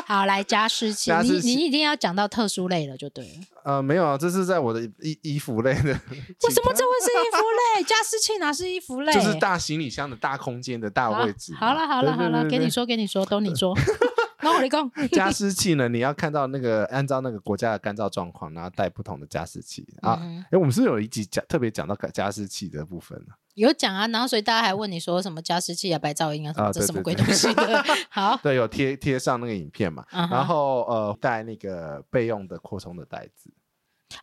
Speaker 1: 好来加湿器，
Speaker 2: 加
Speaker 1: 你
Speaker 2: 湿器
Speaker 1: 你一定要讲到特殊类了就 对了。
Speaker 2: 呃，没有啊，这是在我的衣衣服类的清单，
Speaker 1: 为什么这会是衣服类？加湿器哪是衣服类？
Speaker 2: 就是大行李箱的大空间的大
Speaker 1: 好
Speaker 2: 位置嘛。
Speaker 1: 好了好了
Speaker 2: 对
Speaker 1: 好了，给你。
Speaker 2: 对对对
Speaker 1: 说给你说，都你说。那我来讲，
Speaker 2: 加湿器呢，你要看到那个按照那个国家的干燥状况，然后带不同的加湿器啊。哎、
Speaker 1: 嗯
Speaker 2: 我们是不是有一集讲特别讲到加湿器的部分呢、
Speaker 1: 有讲啊，然后所以大家还问你说什么加湿器啊、白噪音啊什么，
Speaker 2: 啊
Speaker 1: 这
Speaker 2: 对
Speaker 1: 什么
Speaker 2: 对
Speaker 1: 鬼
Speaker 2: 对
Speaker 1: 东西 的？好，
Speaker 2: 对，有贴贴上那个影片嘛。
Speaker 1: 嗯哼
Speaker 2: 然后呃，带那个备用的扩充的袋子。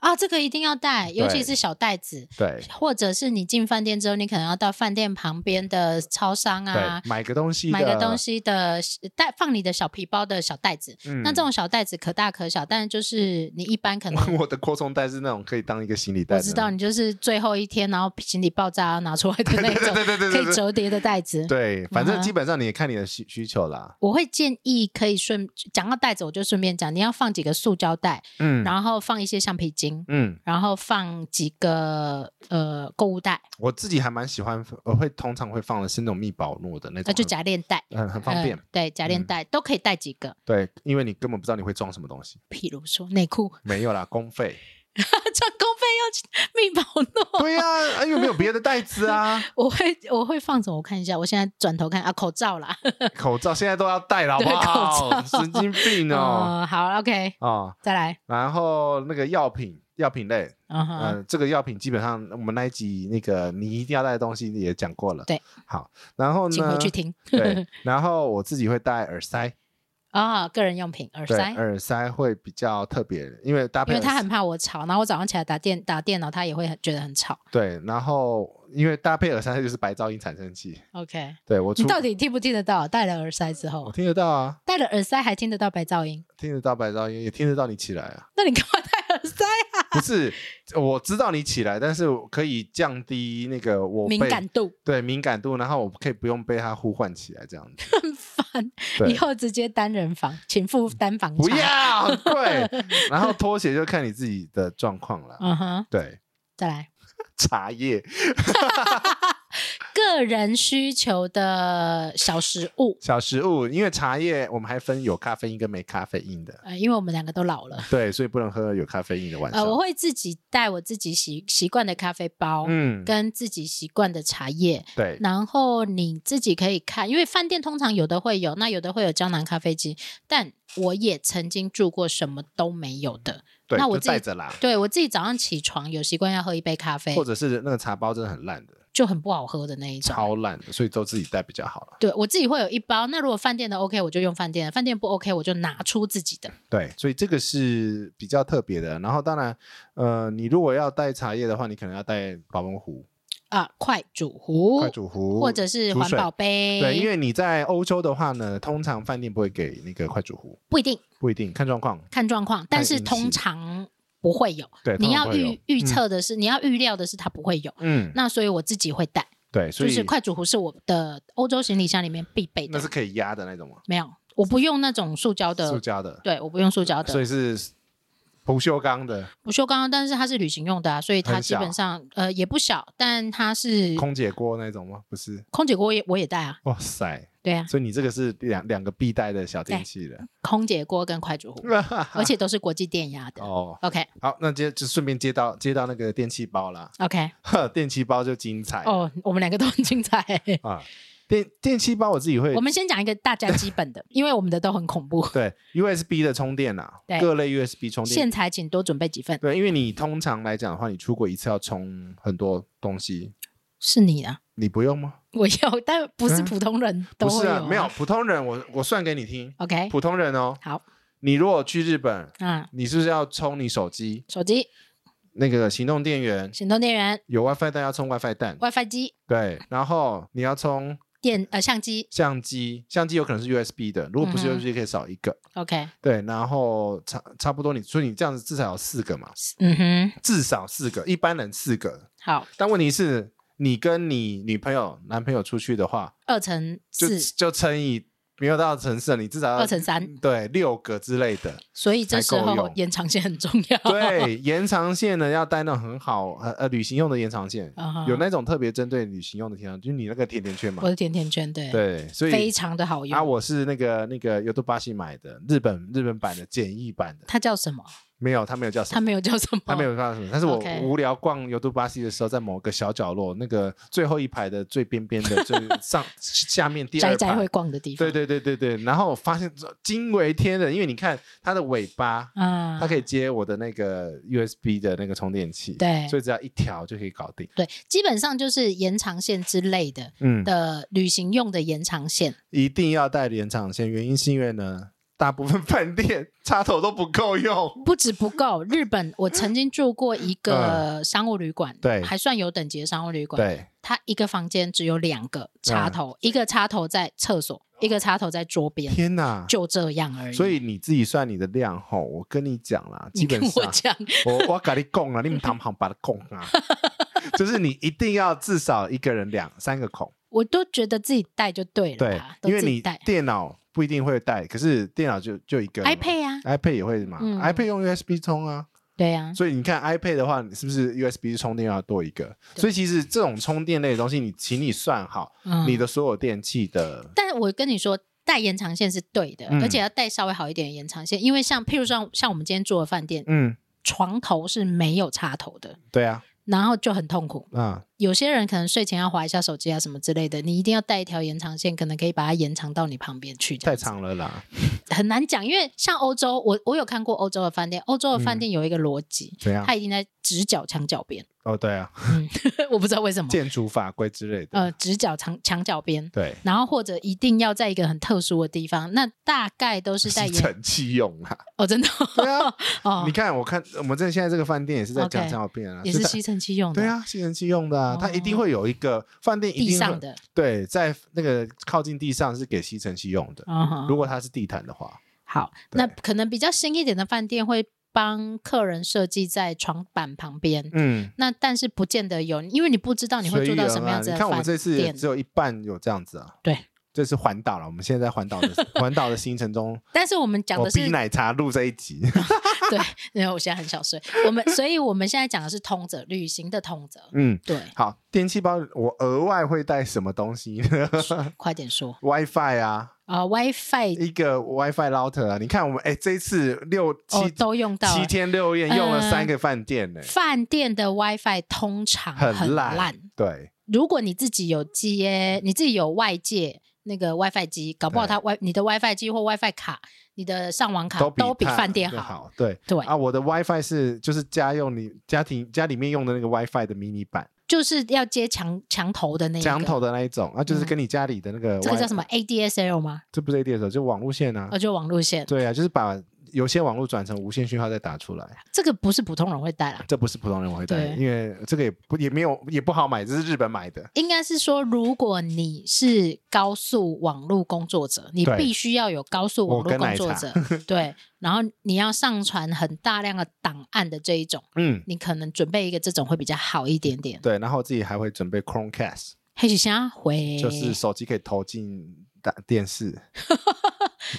Speaker 1: 啊，这个一定要带，尤其
Speaker 2: 对
Speaker 1: 是小袋子，
Speaker 2: 对
Speaker 1: 或者是你进饭店之后，你可能要到饭店旁边的超商啊
Speaker 2: 对，，买个东西的，
Speaker 1: 买个东西的带放你的小皮包的小袋子。
Speaker 2: 嗯
Speaker 1: 那这种小袋子可大可小，但是就是你一般可能
Speaker 2: 我的扩充袋是那种可以当一个行李 袋。
Speaker 1: 我知道，你就是最后一天，然后行李爆炸拿出来的那
Speaker 2: 对
Speaker 1: 种
Speaker 2: 对对对
Speaker 1: 可
Speaker 2: 对
Speaker 1: 以
Speaker 2: 对。
Speaker 1: 折叠的袋子。
Speaker 2: 对，反
Speaker 1: 嗯
Speaker 2: 正
Speaker 1: 哼
Speaker 2: 基本上你也看你的需需求啦。
Speaker 1: 我会建议可以顺讲到袋子，我就顺便讲，你要放几个塑胶袋，
Speaker 2: 嗯，
Speaker 1: 然后放一些橡皮筋，
Speaker 2: 嗯，
Speaker 1: 然后放几个呃购物袋，
Speaker 2: 我自己还蛮喜欢，我会通常会放的是那种密保诺的那
Speaker 1: 那
Speaker 2: 种，
Speaker 1: 呃就夹链袋，
Speaker 2: 很很方便
Speaker 1: 嗯。对，夹链
Speaker 2: 嗯
Speaker 1: 袋都可以带几个，
Speaker 2: 对，因为你根本不知道你会装什么东西。
Speaker 1: 譬如说内裤，
Speaker 2: 没有啦，公费。
Speaker 1: 穿公费要去密 保诺。
Speaker 2: 对呀、啊，因为没有别的袋子 啊，
Speaker 1: 我会我会放什么？我看一下，我现在转头看啊，口罩啦。
Speaker 2: 口罩现在都要戴了，好不好？
Speaker 1: 对口罩
Speaker 2: 神经病 哦！
Speaker 1: 嗯，好，OK，
Speaker 2: 啊、
Speaker 1: 再来，
Speaker 2: 然后那个药品，药品类，
Speaker 1: 嗯
Speaker 2: 嗯、
Speaker 1: 哼，
Speaker 2: 这个药品基本上我们那一集那个你一定要带的东西也讲过了。
Speaker 1: 对，
Speaker 2: 好，然后
Speaker 1: 请
Speaker 2: 呢
Speaker 1: 回？去听
Speaker 2: 对，然后我自己会戴耳塞，
Speaker 1: 啊，个人用品耳
Speaker 2: 对，
Speaker 1: 塞。
Speaker 2: 耳塞会比较特别，因为搭配
Speaker 1: 因为
Speaker 2: 耳塞，
Speaker 1: 他很怕我吵，然后我早上起来打电打电脑，他也会很觉得很吵。
Speaker 2: 对，然后因为搭配耳塞就是白噪音产生器，
Speaker 1: OK，
Speaker 2: 对我
Speaker 1: 你
Speaker 2: 出
Speaker 1: 到底听不听得到？戴了耳塞之
Speaker 2: 我
Speaker 1: 后，
Speaker 2: 听得到啊，
Speaker 1: 戴了耳塞还听得到白噪音，
Speaker 2: 听得到白噪音，也听得到你起来 啊，
Speaker 1: 那你干嘛戴耳塞？
Speaker 2: 不是，我知道你起来，但是我可以降低那个我被
Speaker 1: 敏感度
Speaker 2: 对敏感度，然后我可以不用被它呼唤起来这样子，
Speaker 1: 很烦，以
Speaker 2: 对。嗯
Speaker 1: 后直接单人房，请付单房
Speaker 2: 不
Speaker 1: 差。
Speaker 2: 要， 很贵。然后拖鞋就看你自己的状况了。
Speaker 1: 嗯哼，
Speaker 2: 对，
Speaker 1: 再来，
Speaker 2: 茶叶、
Speaker 1: 个人需求的小食物，
Speaker 2: 小食物，因为茶叶我们还分有咖啡因跟没咖啡因的，
Speaker 1: 呃，因为我们两个都老了，
Speaker 2: 对，所以不能喝有咖啡因的晚上。
Speaker 1: 呃，我会自己带我自己习习惯的咖啡包，
Speaker 2: 嗯，
Speaker 1: 跟自己习惯的茶叶，
Speaker 2: 对，
Speaker 1: 然后你自己可以看，因为饭店通常有的会有，那有的会有胶囊咖啡机，但我也曾经住过什么都没有的。
Speaker 2: 对，
Speaker 1: 那我
Speaker 2: 就
Speaker 1: 自己
Speaker 2: 带着啦，
Speaker 1: 对我自己早上起床有习惯要喝一杯咖啡
Speaker 2: 或，者是那个茶包真的很烂的，
Speaker 1: 就很不好喝的那一种。
Speaker 2: 超烂的，所以都自己带比较好了。
Speaker 1: 对我自己会有一包，那如果饭店的 OK，我就用饭店的；饭店不 OK，我就拿出自己的。
Speaker 2: 对，所以这个是比较特别的。然后当然，呃，你如果要带茶叶的话，你可能要带保温壶、
Speaker 1: 啊，快煮壶，
Speaker 2: 快煮壶，
Speaker 1: 或者是
Speaker 2: 煮
Speaker 1: 环
Speaker 2: 水
Speaker 1: 保杯，
Speaker 2: 对，因为你在欧洲的话呢，通常饭店不会给那个快煮壶，
Speaker 1: 不一定
Speaker 2: 不一定看状况。
Speaker 1: 看状况，但是
Speaker 2: 饮食
Speaker 1: 通常不会有。
Speaker 2: 对，
Speaker 1: 你
Speaker 2: 通
Speaker 1: 要
Speaker 2: 常不会有
Speaker 1: 预预，测的是，你要预料的是它不会有，
Speaker 2: 嗯，嗯
Speaker 1: 那所以我自己会带。
Speaker 2: 对，所
Speaker 1: 就
Speaker 2: 以
Speaker 1: 是快煮壶是我的欧洲行李箱里面必备
Speaker 2: 那
Speaker 1: 的
Speaker 2: 是，可以压的那种吗？
Speaker 1: 没有，我不用那种塑胶
Speaker 2: 塑
Speaker 1: 的，
Speaker 2: 胶的，
Speaker 1: 对，我不用塑胶
Speaker 2: 所
Speaker 1: 的，
Speaker 2: 以是不锈钢的
Speaker 1: 不锈钢，但是它是旅行用的啊，所以它
Speaker 2: 很
Speaker 1: 基
Speaker 2: 小
Speaker 1: 本上呃也不小，但它是
Speaker 2: 空姐锅那种吗？不是，
Speaker 1: 空姐锅也我也带啊，
Speaker 2: 哇塞！
Speaker 1: 对啊，
Speaker 2: 所以你这个是两两个必带的小电器了，
Speaker 1: 空姐锅跟快煮壶，而且都是国际电压的。
Speaker 2: 嗯哦。
Speaker 1: OK
Speaker 2: 好，那接就顺便接到接到那个电器包啦，
Speaker 1: OK，
Speaker 2: 呵，电器包就精彩了
Speaker 1: 哦，我们两个都很精彩。
Speaker 2: 啊！电电器包我自己会
Speaker 1: 我们先讲一个大家基本的，因为我们的都很 恐怖。
Speaker 2: 对 USB 的充电啦
Speaker 1: 对，
Speaker 2: 各类 USB 充电
Speaker 1: 线材请多准备几份，
Speaker 2: 对，因为你通常来讲的话，你出国一次要充很多东西，
Speaker 1: 是你啊，
Speaker 2: 你不用吗？
Speaker 1: 我有，但不是
Speaker 2: 嗯
Speaker 1: 普通人都
Speaker 2: 不
Speaker 1: 会
Speaker 2: 是
Speaker 1: 有
Speaker 2: 啊，
Speaker 1: 啊，
Speaker 2: 没有普通人我，我算给你听，
Speaker 1: OK，
Speaker 2: 普通人哦，
Speaker 1: 好，
Speaker 2: 你如果去日本，
Speaker 1: 啊，
Speaker 2: 你是不是要充你手机
Speaker 1: 手机、
Speaker 2: 那个行动电源？
Speaker 1: 行动电源、
Speaker 2: 有 WiFi 蛋要充 WiFi 蛋，
Speaker 1: WiFi 机、
Speaker 2: 对，然后你要充
Speaker 1: 电呃相机
Speaker 2: 相机，相机有可能是 USB 的，如果不是
Speaker 1: 嗯哼
Speaker 2: USB 可以少一个，
Speaker 1: ，OK，
Speaker 2: 对，然后差差不多你，所以你这样子至少有四个嘛，
Speaker 1: 嗯哼，
Speaker 2: 至少四个，一般人四个，
Speaker 1: 好，
Speaker 2: 但问题是，你跟你女朋友、男朋友出去的话，
Speaker 1: 二乘
Speaker 2: 就
Speaker 1: 四、
Speaker 2: 就乘以没有到乘四，你至少要
Speaker 1: 二乘三，
Speaker 2: 对六个之类的。
Speaker 1: 所以这时
Speaker 2: 才够
Speaker 1: 候
Speaker 2: 用
Speaker 1: 延长线很重要。，
Speaker 2: 对，延长线呢要带那种很好呃呃旅行用的延长线，
Speaker 1: 啊哈
Speaker 2: 有那种特别针对旅行用的延长，就是你那个甜甜圈嘛
Speaker 1: 我。的甜甜圈，对，
Speaker 2: 对，所
Speaker 1: 非
Speaker 2: 以啊
Speaker 1: 常的好用。
Speaker 2: 啊，我是那个那个尤多巴西买的日本日本版的简易版的，
Speaker 1: 它叫什么？
Speaker 2: 没有，它没有叫什
Speaker 1: 它
Speaker 2: 么。
Speaker 1: 没有叫什么，
Speaker 2: 它没有叫什么，但是我
Speaker 1: OK
Speaker 2: 无聊逛尤都巴西的时候，在某个小角落，那个最后一排的最边边的最上 下面第
Speaker 1: 宅
Speaker 2: 二
Speaker 1: 宅
Speaker 2: 排
Speaker 1: 会，逛的地方。
Speaker 2: 对对对对对。然后我发现这惊为天人，因为你看它的尾巴，
Speaker 1: 啊，
Speaker 2: 它可以接我的那个 USB 的那个充电器，
Speaker 1: 对
Speaker 2: 所以只要一条就可以搞定。
Speaker 1: 对，基本上就是延长线之类的
Speaker 2: 嗯，
Speaker 1: 的旅行用的延长线。
Speaker 2: 一定要带延长线，原因是因为呢，大部分饭店插头都不够用。
Speaker 1: 不止不够，日本我曾经住过一个商务旅馆，
Speaker 2: 嗯对
Speaker 1: 还算有等级的商务旅馆。
Speaker 2: 对，
Speaker 1: 它一个房间只有两个
Speaker 2: 嗯
Speaker 1: 插头，一个插头在厕所，一个插头在桌边，
Speaker 2: 天哪！
Speaker 1: 就这样而已。
Speaker 2: 所以你自己算你的量吼，我跟你讲啦，基
Speaker 1: 你跟
Speaker 2: 本
Speaker 1: 我
Speaker 2: 上
Speaker 1: 讲，
Speaker 2: 我我跟你供了，你们堂旁把它供 啊，就是你一定要至少一个人两三个孔，
Speaker 1: 我都觉得自己带就对了
Speaker 2: 对
Speaker 1: 啦，，都
Speaker 2: 因为
Speaker 1: 自己
Speaker 2: 你
Speaker 1: 带
Speaker 2: 电脑不一定会带，可是电脑就就一个嘛
Speaker 1: iPad 啊，
Speaker 2: iPad 也会嘛、
Speaker 1: 嗯
Speaker 2: i p a d 用 USB 充啊，
Speaker 1: 对啊，
Speaker 2: 所以你看 iPad 的话，你是不是 USB 充电要多一个？
Speaker 1: 对
Speaker 2: 所以其实这种充电类的东西，你请你算好
Speaker 1: 嗯
Speaker 2: 你的所有电器的，
Speaker 1: 但我跟你说，带延长线是对的，
Speaker 2: 嗯
Speaker 1: 而且要带稍微好一点的延长线，因为像譬如像像我们今天住的饭店，
Speaker 2: 嗯，
Speaker 1: 床头是没有插头的，
Speaker 2: 对啊，
Speaker 1: 然后就很痛苦。
Speaker 2: 啊、
Speaker 1: 有些人可能睡前要划一下手机啊什么之类的，你一定要带一条延长线，可能可以把它延长到你旁边去。这
Speaker 2: 太
Speaker 1: 样子
Speaker 2: 长了啦，
Speaker 1: 很难讲，因为像欧洲，我我有看过欧洲的饭店，欧洲的
Speaker 2: 嗯
Speaker 1: 饭店有一个逻辑，
Speaker 2: 怎样？
Speaker 1: 它一定在直角墙角边，
Speaker 2: 哦，对啊，
Speaker 1: 我不知道为什么，
Speaker 2: 建筑法规之类的，
Speaker 1: 呃，直角墙墙角边。
Speaker 2: 对，
Speaker 1: 然后或者一定要在一个很特殊的地方，那大概都是在
Speaker 2: 是
Speaker 1: 延
Speaker 2: 成器用啦。
Speaker 1: 哦，真的哦、
Speaker 2: 对啊，
Speaker 1: 哦
Speaker 2: 你，看，我看我们这现在这个饭店也是在
Speaker 1: OK
Speaker 2: 讲照片啊，
Speaker 1: 也是
Speaker 2: 在
Speaker 1: 吸尘器用的，哦
Speaker 2: 对，啊，吸尘器用的啊，它一定会有一个饭店一定
Speaker 1: 地
Speaker 2: 会
Speaker 1: 上的，
Speaker 2: 对，在那个靠近地上是给吸尘器用的，
Speaker 1: 嗯哼，
Speaker 2: 如果它是地毯的话，
Speaker 1: 好，
Speaker 2: 对
Speaker 1: 那可能比较新一点的饭店会帮客人设计在床板旁边，
Speaker 2: 嗯。
Speaker 1: 那但是不见得有，因为你不知道你会
Speaker 2: 随
Speaker 1: 住
Speaker 2: 遇
Speaker 1: 到
Speaker 2: 而
Speaker 1: 什么样
Speaker 2: 安
Speaker 1: 子
Speaker 2: 你
Speaker 1: 的
Speaker 2: 看我
Speaker 1: 饭
Speaker 2: 们这次也
Speaker 1: 店。
Speaker 2: 只有一半有这样子啊。
Speaker 1: 对，
Speaker 2: 这是环岛了。我们现在在环岛的 环岛的行程中，
Speaker 1: 但是我们讲
Speaker 2: 我
Speaker 1: 的是
Speaker 2: 逼，奶茶录这一集。
Speaker 1: 对，因为我现在很小睡，我们所以我们现在讲的是通则，旅行的通则，
Speaker 2: 嗯，
Speaker 1: 对，
Speaker 2: 好，电器包我额外会带什么东西呢
Speaker 1: 快点说
Speaker 2: ？WiFi 啊，
Speaker 1: 啊、w i f i
Speaker 2: 一个 WiFi router 啊。你看我们哎，这一次六七、
Speaker 1: 哦都用到
Speaker 2: 七
Speaker 1: 了。
Speaker 2: 天六夜用了
Speaker 1: 嗯
Speaker 2: 三个饭店呢、
Speaker 1: 饭店的 WiFi 通常
Speaker 2: 很
Speaker 1: 很
Speaker 2: 烂对，
Speaker 1: 如果你自己有接，你自己有外界那个 WiFi 机，搞不好它 Wi 你的 WiFi 机或 WiFi 卡，你的上网卡
Speaker 2: 都比
Speaker 1: 比
Speaker 2: 它
Speaker 1: 饭店
Speaker 2: 更
Speaker 1: 好。
Speaker 2: 好。对
Speaker 1: 对，
Speaker 2: 啊，我的 WiFi 是就是家用你家庭家里面用的那个 WiFi 的迷你版，
Speaker 1: 就是要接墙墙头的那一个
Speaker 2: 墙头的那一种啊，就是
Speaker 1: 嗯
Speaker 2: 跟你家里的那个 WiFi,
Speaker 1: 这个叫什么 ADSL 吗？
Speaker 2: 这不是 ADSL，就网路线啊。
Speaker 1: 哦，就网路线，
Speaker 2: 对啊，就是把有些网络转成无线讯号再打出来，
Speaker 1: 这个不是普通人会带啦。
Speaker 2: 这不是普通人会带，
Speaker 1: 对
Speaker 2: 因为这个也不也没有也不好买，这是日本买的。
Speaker 1: 应该是说，如果你是高速网络工作者，你
Speaker 2: 对
Speaker 1: 必须要有高速网
Speaker 2: 我
Speaker 1: 络
Speaker 2: 跟
Speaker 1: 工
Speaker 2: 奶
Speaker 1: 作
Speaker 2: 茶
Speaker 1: 者， 对，然后你要上传很大量的档案的这一种，
Speaker 2: 嗯，
Speaker 1: 你可能准备一个这种会比较好一点点。
Speaker 2: 对，然后自己还会准备 Chromecast，、
Speaker 1: 黑许虾回
Speaker 2: 就是手机可以投进打电视。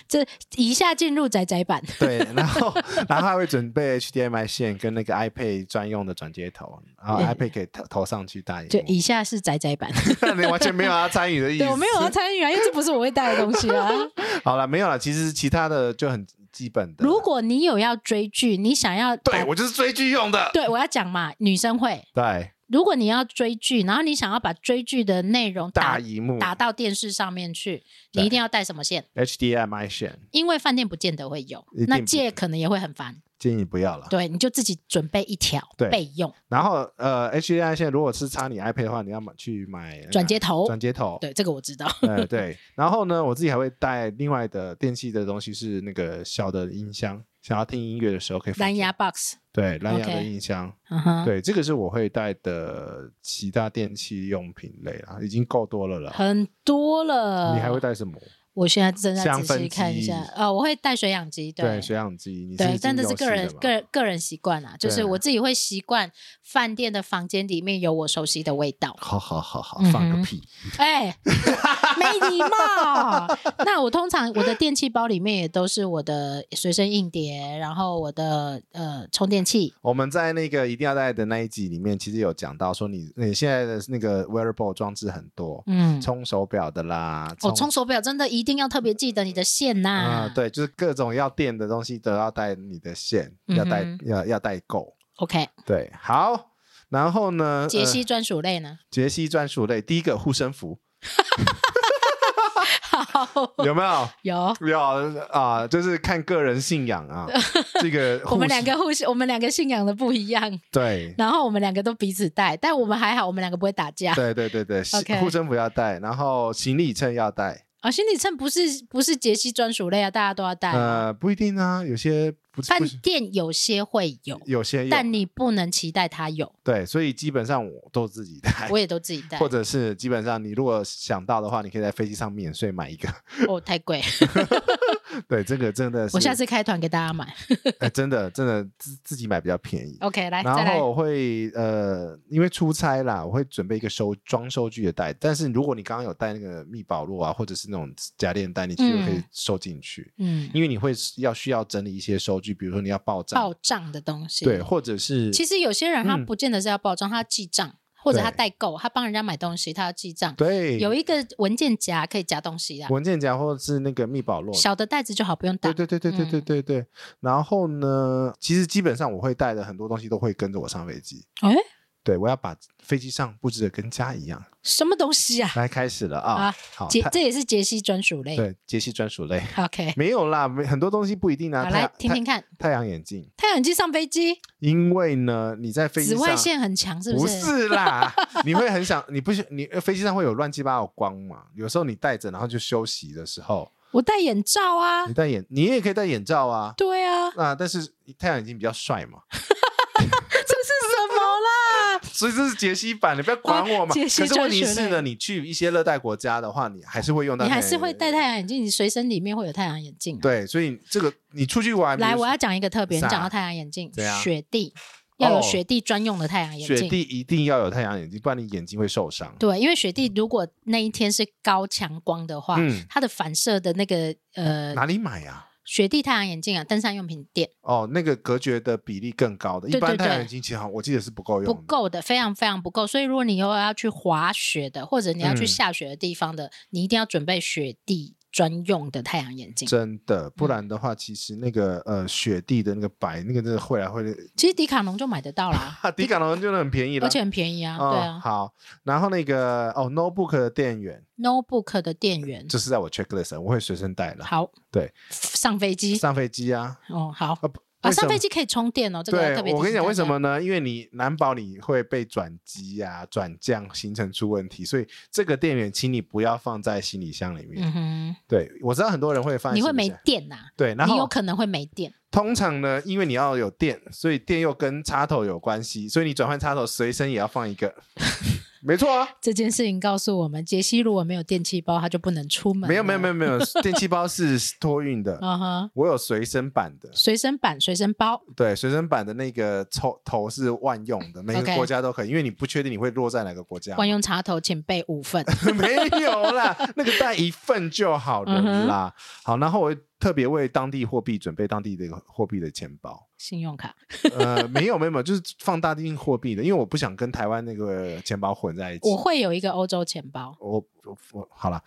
Speaker 1: 这一下进入宅宅版，
Speaker 2: 对，然 后然后还会准备 HDMI 线跟那个 iPad 专用的转接头，然后
Speaker 1: 对
Speaker 2: iPad 可以投投上去大荧
Speaker 1: 就
Speaker 2: 幕。
Speaker 1: 以下是宅宅版。
Speaker 2: 你完全没有要参与的意思。
Speaker 1: 对，我没有要参与啊，因为这不是我会带的东西 啊。
Speaker 2: 好了，没有了。其实其他的就很基本的。
Speaker 1: 如果你有要追剧，你想要把
Speaker 2: 对我就是追剧用的。
Speaker 1: 对我要讲嘛，女生会。
Speaker 2: 对，
Speaker 1: 如果你要追剧，然后你想要把追剧的内容
Speaker 2: 大
Speaker 1: 打
Speaker 2: 荧幕
Speaker 1: 打到电视上面去，
Speaker 2: 嗯对
Speaker 1: 你一定要带什么线？
Speaker 2: HDMI 线。
Speaker 1: 因为饭店不见得会有
Speaker 2: 一定，
Speaker 1: 那
Speaker 2: 不
Speaker 1: 借可能也会很烦。
Speaker 2: 建议不要了。
Speaker 1: 对，你就自己准备一条
Speaker 2: 对
Speaker 1: 备用。
Speaker 2: 然后呃，HDMI 线如果是插你 iPad 的话，你要买去买呃
Speaker 1: 转接头
Speaker 2: 哎转接头。
Speaker 1: 对，这个我知道。
Speaker 2: 呃，对。然后呢，我自己还会带另外的电器的东西，是那个小的音箱，想要听音乐的时候可以放
Speaker 1: 蓝
Speaker 2: 进
Speaker 1: 牙 box，
Speaker 2: 对蓝牙
Speaker 1: OK
Speaker 2: 的音箱。
Speaker 1: 嗯哼，
Speaker 2: 对，这个是我会带的其他电器用品类啦，已经够多了啦。
Speaker 1: 很多了。
Speaker 2: 你还会带什么？
Speaker 1: 我现在正在
Speaker 2: 香
Speaker 1: 仔
Speaker 2: 氛
Speaker 1: 细
Speaker 2: 机
Speaker 1: 看一下，呃，我会带水养机，
Speaker 2: 对，
Speaker 1: 对
Speaker 2: 水氧机，你
Speaker 1: 对
Speaker 2: 已
Speaker 1: 但这
Speaker 2: 经
Speaker 1: 是
Speaker 2: 有
Speaker 1: 个
Speaker 2: 试
Speaker 1: 人
Speaker 2: 的嘛
Speaker 1: 个个人习惯啦，就是
Speaker 2: 对啊，
Speaker 1: 我自己会习惯饭店的房间里面有我熟悉的味道
Speaker 2: 好好好好
Speaker 1: 嗯，哼
Speaker 2: 放个屁！
Speaker 1: 哎，没礼貌。那我通常我的电器包里面也都是我的随身硬碟，然后我的呃充电器，
Speaker 2: 我们在那个一定要带的那一集里面，其实有讲到说你你现在的那个 wearable 装置很多，
Speaker 1: 嗯，
Speaker 2: 充手表的啦，
Speaker 1: 哦，充手表真的一定要特别记得你的线呐、
Speaker 2: 啊，对，就是各种要电的东西都要带你的线，要带、
Speaker 1: 嗯
Speaker 2: 要要带够。
Speaker 1: ，OK，
Speaker 2: 对，好，然后呢？
Speaker 1: 杰西
Speaker 2: 呃
Speaker 1: 专属类呢？
Speaker 2: 杰西专属类，第一个护身符
Speaker 1: 好，
Speaker 2: 有没有？
Speaker 1: 有。
Speaker 2: 有啊、就是看个人信 仰啊。这个
Speaker 1: 我们
Speaker 2: 护
Speaker 1: 两
Speaker 2: 身
Speaker 1: 个互我们两个信仰的不一样，
Speaker 2: 对
Speaker 1: 然后我们两个都彼此带，但我们还好，我们两个不会打架。
Speaker 2: 对对对对，是
Speaker 1: OK
Speaker 2: 护身符要带，然后行李秤要带。
Speaker 1: 啊，行李秤不是不是杰西专属类啊，大家都要带啊。
Speaker 2: 呃，不一定啊，有些不是
Speaker 1: 饭
Speaker 2: 不是，
Speaker 1: 店有些会有，
Speaker 2: 有些有
Speaker 1: 但你不能期待它有。
Speaker 2: 对，所以基本上我都自己带。
Speaker 1: 我也都自己带
Speaker 2: 或，者是基本上，你如果想到的话，你可以在飞机上免税买一个。
Speaker 1: 哦，太贵，
Speaker 2: 对，这个真的是，
Speaker 1: 我下次开团给大家买。
Speaker 2: 哎真的真的自自己买比较便宜。
Speaker 1: OK，来再
Speaker 2: 然
Speaker 1: 来
Speaker 2: 后，我会呃，因为出差啦，我会准备一个收装收据的袋。但是如果你刚刚有带那个密保露啊，或者是那种夹链袋，你其实
Speaker 1: 嗯
Speaker 2: 可以收进去，
Speaker 1: 嗯，
Speaker 2: 因为你会是要需要整理一些收据，比如说你要报账，
Speaker 1: 报账的东西。
Speaker 2: 对，，或者是
Speaker 1: 其实有些人他
Speaker 2: 嗯
Speaker 1: 不见得是要报账，他要记账，或者他
Speaker 2: 对
Speaker 1: 代购，他帮人家买东西，他要记账。
Speaker 2: 对
Speaker 1: 有一个文件夹可以夹东西啊，
Speaker 2: 文件夹或者是那个密保露，
Speaker 1: 小的袋子就好，不用
Speaker 2: 对
Speaker 1: 大。
Speaker 2: 对对对对对
Speaker 1: 嗯
Speaker 2: 对对。然后呢，其实基本上我会带的很多东西都会跟着我上飞机。
Speaker 1: 哎，
Speaker 2: 对，我要把飞机上布置的跟家一样。
Speaker 1: 什么东西啊？
Speaker 2: 来，开始了啊！
Speaker 1: 啊
Speaker 2: 好，
Speaker 1: 杰
Speaker 2: 太，
Speaker 1: 这也是杰西专属类。
Speaker 2: 对杰西专属类
Speaker 1: OK，
Speaker 2: 没有啦，没很多东西不一定啊。
Speaker 1: 好，
Speaker 2: 太
Speaker 1: 来
Speaker 2: 阳
Speaker 1: 听听看，
Speaker 2: 太太阳眼镜，
Speaker 1: 太阳镜上飞机，
Speaker 2: 因为呢，你在飞机
Speaker 1: 紫
Speaker 2: 上
Speaker 1: 外线很强，是
Speaker 2: 不
Speaker 1: 是？
Speaker 2: 是啦， 你会很想，你不是你飞机上会有乱七八糟的光嘛？有时候你戴着，然后就休息的时候，
Speaker 1: 我戴眼罩啊
Speaker 2: 你，戴眼，你也可以戴眼罩啊。
Speaker 1: 对 啊，
Speaker 2: 啊，但是太阳眼镜比较帅嘛，
Speaker 1: 这是什么啦？
Speaker 2: 所以这是杰西版，你不要管我嘛。
Speaker 1: 啊 杰西
Speaker 2: 可是问题
Speaker 1: 专属
Speaker 2: 是
Speaker 1: 类
Speaker 2: 呢，你去一些热带国家的话，你还是会用到，
Speaker 1: 你还是会戴。太阳眼镜，你随身里面会有太阳眼镜啊、
Speaker 2: 对，所以这个你出去玩，比
Speaker 1: 来，
Speaker 2: 如
Speaker 1: 我要讲一个特别，你
Speaker 2: 啥
Speaker 1: 讲到太阳眼镜
Speaker 2: 怎样，
Speaker 1: 雪地要有
Speaker 2: 哦
Speaker 1: 雪地专用的太阳眼
Speaker 2: 雪
Speaker 1: 镜。
Speaker 2: 地一定要有太阳眼镜，不然你眼睛会受伤。
Speaker 1: 对，因为雪地如果那一天是高强光的话，
Speaker 2: 嗯
Speaker 1: 它的反射的那个呃
Speaker 2: 哪里买啊呀、
Speaker 1: 雪地太阳眼镜啊，登山用品店
Speaker 2: 哦，那个隔绝的比例更高的，一
Speaker 1: 对
Speaker 2: 般
Speaker 1: 对
Speaker 2: 太阳
Speaker 1: 对
Speaker 2: 眼镜其实好像我记得是不够
Speaker 1: 不
Speaker 2: 用的。
Speaker 1: 够的，非常非常不够。所以如果你又要去滑雪的，或者你要去
Speaker 2: 嗯
Speaker 1: 下雪的地方的，你一定要准备雪地专用的太阳眼镜。
Speaker 2: 真的，
Speaker 1: 嗯
Speaker 2: 不然的话，其实那个呃雪地的那个白，那个真的会来会 去，，
Speaker 1: 其实迪卡侬就买得到啦
Speaker 2: 啊，迪卡侬真的很便宜了，
Speaker 1: 而且很便宜啊。
Speaker 2: 哦
Speaker 1: 对啊
Speaker 2: 好，然后那个哦 notebook 的电源，
Speaker 1: ，notebook 的电源
Speaker 2: 这是在我 checklist，上我会随身带了。
Speaker 1: 好，
Speaker 2: 对，
Speaker 1: 上飞机
Speaker 2: 上飞机啊，
Speaker 1: 哦，好
Speaker 2: 啊不
Speaker 1: 啊，
Speaker 2: 为什
Speaker 1: 上
Speaker 2: 么
Speaker 1: 飞机可以充电哦，这个要特别
Speaker 2: 对，我
Speaker 1: 提
Speaker 2: 跟你
Speaker 1: 醒
Speaker 2: 讲
Speaker 1: 大
Speaker 2: 为什
Speaker 1: 家
Speaker 2: 么呢？因为你难保你会被转机啊、转降行程出问题，所以这个电源请你不要放在行李箱里面。
Speaker 1: 嗯
Speaker 2: 对我知道很多人会
Speaker 1: 哼，
Speaker 2: 放在
Speaker 1: 你
Speaker 2: 行
Speaker 1: 会
Speaker 2: 李
Speaker 1: 没
Speaker 2: 箱
Speaker 1: 电呐、
Speaker 2: 对，然
Speaker 1: 你有
Speaker 2: 后
Speaker 1: 可能会没电。
Speaker 2: 通常呢，因为你要有电，所以电又跟插头有关系，所以你转换插头随身也要放一个。没错啊，
Speaker 1: 这件事情告诉我们，杰西如果没有电器包，他就不能出门。
Speaker 2: 没有没有没有，没有， 电器包是托运的，
Speaker 1: 嗯哼，
Speaker 2: 我有随身版的，
Speaker 1: 随身版、随身包，
Speaker 2: 对，随身版的那个头头是万用的，每个
Speaker 1: OK
Speaker 2: 国家都可以，因为你不确定你会落在哪个国家嘛。
Speaker 1: 万用插头请备五份。
Speaker 2: 没有啦，那个带一份就好了啦。好，然后我会特别为当地货币准备当地的货币的钱包。
Speaker 1: 信用 卡
Speaker 2: 呃，没有没有没有，就是放大定货币的，因为我不想跟台湾那个钱包混在一起。
Speaker 1: 我会有一个欧洲钱 包，
Speaker 2: 我我我好啦，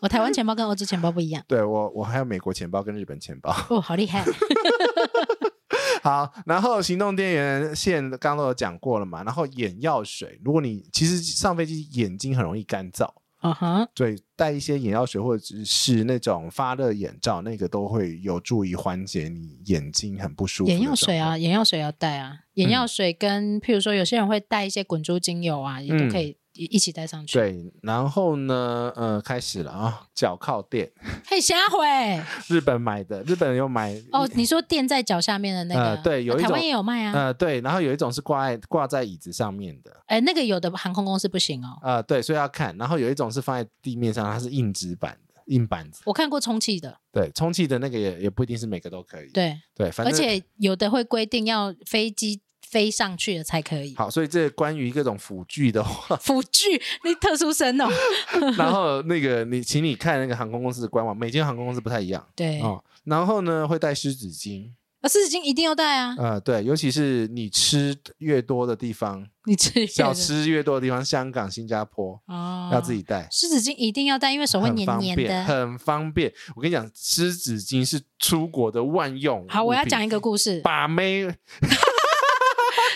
Speaker 1: 我台湾钱包跟欧洲钱包不一样。
Speaker 2: 对我我还有美国钱包跟日本钱包。
Speaker 1: 哦，好厉害！
Speaker 2: 好，然后行动电源线刚刚都有讲过了嘛，然后眼药水，如果你其实上飞机眼睛很容易干燥，
Speaker 1: 嗯哼，
Speaker 2: 对，戴一些眼药水或者是那种发热眼罩，那个都会有助于缓解你眼睛很不舒服。
Speaker 1: 眼药水，啊，眼药水要带啊，眼药水跟譬如说有些人会带一些滚珠精油啊，也都可以一一起带上去。
Speaker 2: 对，然后呢，呃，开始了啊，脚靠垫，
Speaker 1: 嘿，瞎回
Speaker 2: 日本买的，日本有买
Speaker 1: 哦，你说垫在脚下面的那个，
Speaker 2: 呃对有一
Speaker 1: 台湾
Speaker 2: 种
Speaker 1: 也有卖啊。
Speaker 2: 呃，对，然后有一种是挂在挂在椅子上面的，
Speaker 1: 哎，那个有的航空公司不行哦，
Speaker 2: 呃，对，所以要看，然后有一种是放在地面上，它是硬纸板的，硬板子，
Speaker 1: 我看过充气的，
Speaker 2: 对，充气的那个也也不一定是每个都可以，
Speaker 1: 对，
Speaker 2: 对，反
Speaker 1: 而
Speaker 2: 正
Speaker 1: 且有的会规定要飞机飞上去了才可以。
Speaker 2: 好，所以这关于各种辅具的话，
Speaker 1: 辅具，那特殊生哦，
Speaker 2: 然后那个你，请你看那个航空公司的官网，每间航空公司不太一样哦
Speaker 1: 对，
Speaker 2: 哦。然后呢，会带湿纸巾，
Speaker 1: 啊，湿纸巾一定要带啊！
Speaker 2: 呃，对，尤其是你吃越多的地方，
Speaker 1: 你吃
Speaker 2: 小吃越多的地方，香港、新加坡，
Speaker 1: 哦，
Speaker 2: 要自己带，
Speaker 1: 湿纸巾一定要带，因为手会
Speaker 2: 很
Speaker 1: 黏
Speaker 2: 方
Speaker 1: 黏
Speaker 2: 便，
Speaker 1: 的。
Speaker 2: 很方便。我跟你讲，湿纸巾是出国的万用。
Speaker 1: 好，我要讲。一个故事。
Speaker 2: 把妹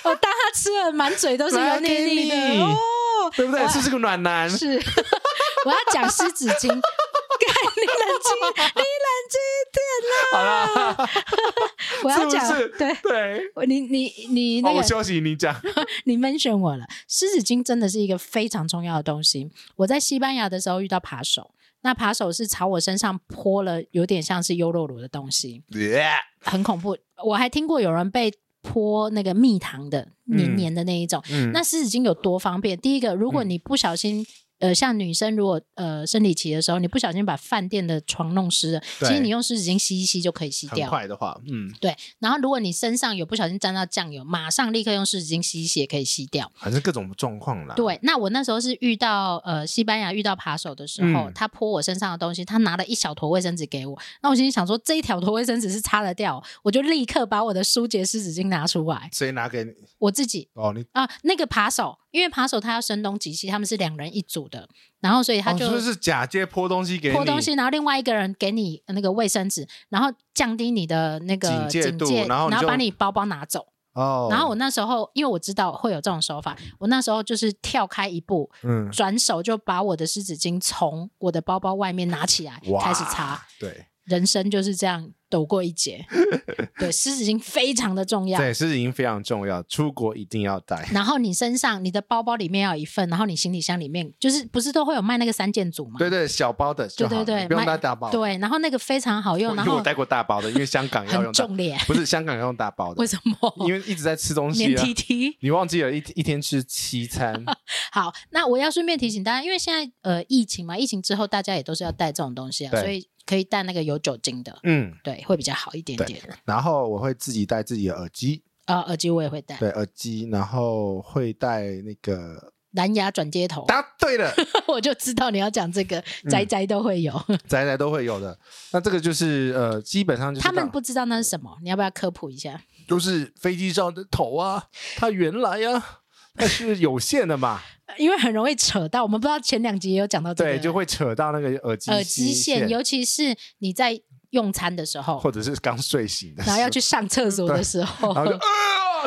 Speaker 1: 我当他吃了满嘴都是油
Speaker 2: 来
Speaker 1: 腻
Speaker 2: 给
Speaker 1: 腻
Speaker 2: 你
Speaker 1: 的哦，
Speaker 2: 对不对？是不是个暖男？
Speaker 1: 是， 我要讲湿纸巾。 干你冷静，你冷静一点啦！
Speaker 2: 好
Speaker 1: 啊
Speaker 2: 啦，
Speaker 1: 我
Speaker 2: 是
Speaker 1: 要
Speaker 2: 不
Speaker 1: 讲，
Speaker 2: 是
Speaker 1: 对
Speaker 2: 对。
Speaker 1: 我你你你那
Speaker 2: 哦，
Speaker 1: 个、
Speaker 2: 我休息，你讲。
Speaker 1: 你 mention 我了，湿纸巾真的是一个非常重要的东西。我在西班牙的时候遇到扒手，那扒手是朝我身上泼了有点像是优酪乳的东西，很恐怖。我还听过有人被泼那个蜜糖的黏黏的那一种。
Speaker 2: 嗯
Speaker 1: 那湿纸巾有多方便？第一个，如果你不小心。呃，像女生如果呃生理期的时候，你不小心把饭店的床弄湿了，其
Speaker 2: 对
Speaker 1: 实你用湿纸巾吸一吸就可以吸
Speaker 2: 很
Speaker 1: 掉。
Speaker 2: 快的话，嗯，
Speaker 1: 对，然后如果你身上有不小心沾到酱油，马上立刻用湿纸巾吸一吸也可以吸掉。
Speaker 2: 反正各种状况啦。
Speaker 1: 对，那我那时候是遇到呃西班牙遇到扒手的时候，
Speaker 2: 嗯
Speaker 1: 他泼我身上的东西，他拿了一小坨卫生纸给我，那我心里想说这一条坨卫生纸是擦得掉，我就立刻把我的舒洁湿纸巾拿出来，
Speaker 2: 谁拿给你？
Speaker 1: 我自己
Speaker 2: 哦，你
Speaker 1: 啊、那个扒手，因为扒手他要声东击西，他们是两人一组的，然后所以他
Speaker 2: 哦
Speaker 1: 就。
Speaker 2: 就是假借泼东西给你，
Speaker 1: 泼东西，然后另外一个人给你那个卫生纸，然后降低你的那个
Speaker 2: 警戒度然
Speaker 1: 然
Speaker 2: 后你就
Speaker 1: 把你包包拿走。
Speaker 2: 哦。
Speaker 1: 然后我那时候，因为我知道会有这种手法，我那时候就是跳开一步，
Speaker 2: 嗯，
Speaker 1: 转手就把我的湿纸巾从我的包包外面拿起来
Speaker 2: 哇
Speaker 1: 开始擦。
Speaker 2: 对
Speaker 1: 人生就是这样躲过一 劫。对，湿纸巾非常的重要。
Speaker 2: 对，湿纸巾非常重要，出国一定要带。
Speaker 1: 然后你身上、你的包包里面要有一份，然后你行李箱里面就是不是都会有卖那个三件组吗？
Speaker 2: 对对，小包的就好了，
Speaker 1: 对对对
Speaker 2: 不用
Speaker 1: 买
Speaker 2: 带大包。
Speaker 1: 对然后那个非常好
Speaker 2: 我，
Speaker 1: 用，然
Speaker 2: 因为我
Speaker 1: 后
Speaker 2: 带过大包的，因为香港要
Speaker 1: 很
Speaker 2: 用大，
Speaker 1: 重咧。
Speaker 2: 不是香港要用大包 的
Speaker 1: 为，什么？
Speaker 2: 因为一直在吃东
Speaker 1: 黏
Speaker 2: 西啊。
Speaker 1: T T。
Speaker 2: 你忘记了一一天吃 七餐，
Speaker 1: 好，那我要顺便提醒大家，因为现在呃疫情嘛，疫情之后大家也都是要带这种东西啊，
Speaker 2: 对
Speaker 1: 所以可以带那个有酒精的，
Speaker 2: 嗯，
Speaker 1: 对，会比较好一点点。
Speaker 2: 然后我会自己戴自己的耳机，
Speaker 1: 啊、耳机我也会带，
Speaker 2: 对，耳机，然后会戴那个。
Speaker 1: 蓝牙转接头，
Speaker 2: 答对了，
Speaker 1: 我就知道你要讲这个，
Speaker 2: 嗯
Speaker 1: 宅宅都会有，
Speaker 2: 宅宅都会有的。那这个就是呃，基本上就是
Speaker 1: 他们
Speaker 2: 当
Speaker 1: 不知道那是什么，你要不要科普一下？
Speaker 2: 就是飞机上的头啊，它原来呀、啊，它是有线的 嘛，
Speaker 1: 呃因为很容易扯到，我们不知道前两集也有讲到这个，
Speaker 2: 对，就会扯到那个耳机
Speaker 1: 耳机线，
Speaker 2: 线，
Speaker 1: 尤其是你在用餐的时候，
Speaker 2: 或者是刚睡醒的时
Speaker 1: 然
Speaker 2: 候，
Speaker 1: 后要去上厕所的时候，
Speaker 2: 然后 就啊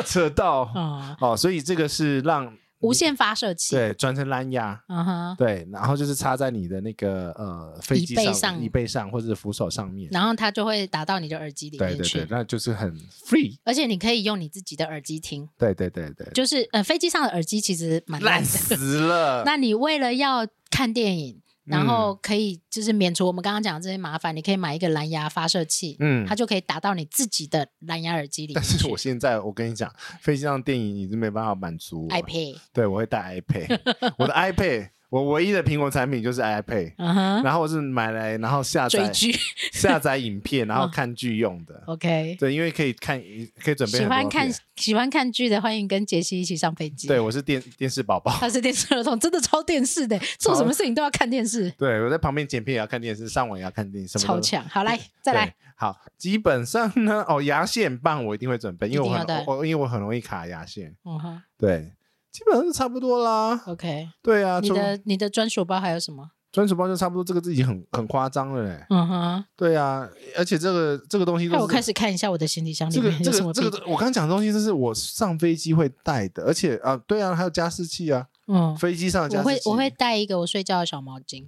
Speaker 2: 扯到
Speaker 1: 啊、
Speaker 2: 哦，所以这个是让
Speaker 1: 无线发射器，
Speaker 2: 对转成蓝牙。
Speaker 1: 嗯 哼，
Speaker 2: 对，然后就是插在你的那个呃飞机
Speaker 1: 椅背
Speaker 2: 上、
Speaker 1: 上
Speaker 2: 椅背上或者是扶手上面。
Speaker 1: 然后它就会打到你的耳机里
Speaker 2: 对
Speaker 1: 面
Speaker 2: 对
Speaker 1: 去，
Speaker 2: 对，那就是很 free。
Speaker 1: 而且你可以用你自己的耳机听，
Speaker 2: 对对对对，
Speaker 1: 就是呃飞机上的耳机其实蛮烂
Speaker 2: 烂
Speaker 1: 的，
Speaker 2: 死 了。
Speaker 1: 那你为了要看电影，然
Speaker 2: 嗯
Speaker 1: 后可以就是免除我们刚刚讲的这些麻烦，你可以买一个蓝牙发射器，
Speaker 2: 嗯
Speaker 1: 它，就可以打到你自己的蓝牙耳机里面
Speaker 2: 但
Speaker 1: 去。
Speaker 2: 是我现在我跟你讲，飞机上电影你是没办法满足我。
Speaker 1: iPad，
Speaker 2: 对，我会带 iPad。我的 iPad，我唯一的苹果产品就是 iPad。
Speaker 1: 嗯哼，
Speaker 2: 然后我是买来，然后下
Speaker 1: 追
Speaker 2: 载
Speaker 1: 剧
Speaker 2: 下载影片，然后
Speaker 1: 嗯
Speaker 2: 看剧用的。
Speaker 1: ，OK。
Speaker 2: 对，因为可以看，可以准
Speaker 1: 喜
Speaker 2: 备很多
Speaker 1: 欢看
Speaker 2: 片
Speaker 1: 喜欢看剧的，欢迎跟杰西一起上飞机。
Speaker 2: 对，，我是电电视宝宝。
Speaker 1: 他是电视儿童，真的超电视的，做什么事情都要看电视，
Speaker 2: 对，我在旁边剪片也要看电视，上网也要看电视，什么
Speaker 1: 超
Speaker 2: 都
Speaker 1: 强。好，来再来
Speaker 2: 对，好，基本上呢，哦，牙线棒我一定会准备，因为我
Speaker 1: 一定要带
Speaker 2: 很我因为我很容易卡牙线。
Speaker 1: 嗯哼
Speaker 2: 对，基本上是差不多啦。
Speaker 1: ，OK。
Speaker 2: 对啊，
Speaker 1: 你
Speaker 2: 就
Speaker 1: 的你的专属包还有什么？
Speaker 2: 专属包就差不多，这个已经很很夸张了嘞。
Speaker 1: 嗯哼，
Speaker 2: 对啊，而且这个这个东西
Speaker 1: 那
Speaker 2: 都
Speaker 1: 我开
Speaker 2: 是。
Speaker 1: 始看一下我的行李箱里
Speaker 2: 这个
Speaker 1: 面
Speaker 2: 这
Speaker 1: 有什么
Speaker 2: 个
Speaker 1: 必
Speaker 2: 这个，我刚讲的东西，这是我上飞机会带的，而且啊，对啊，还有加湿器啊，
Speaker 1: 嗯，
Speaker 2: 飞机上的加
Speaker 1: 我
Speaker 2: 湿
Speaker 1: 会
Speaker 2: 器。
Speaker 1: 我会带一个我睡觉的小毛巾，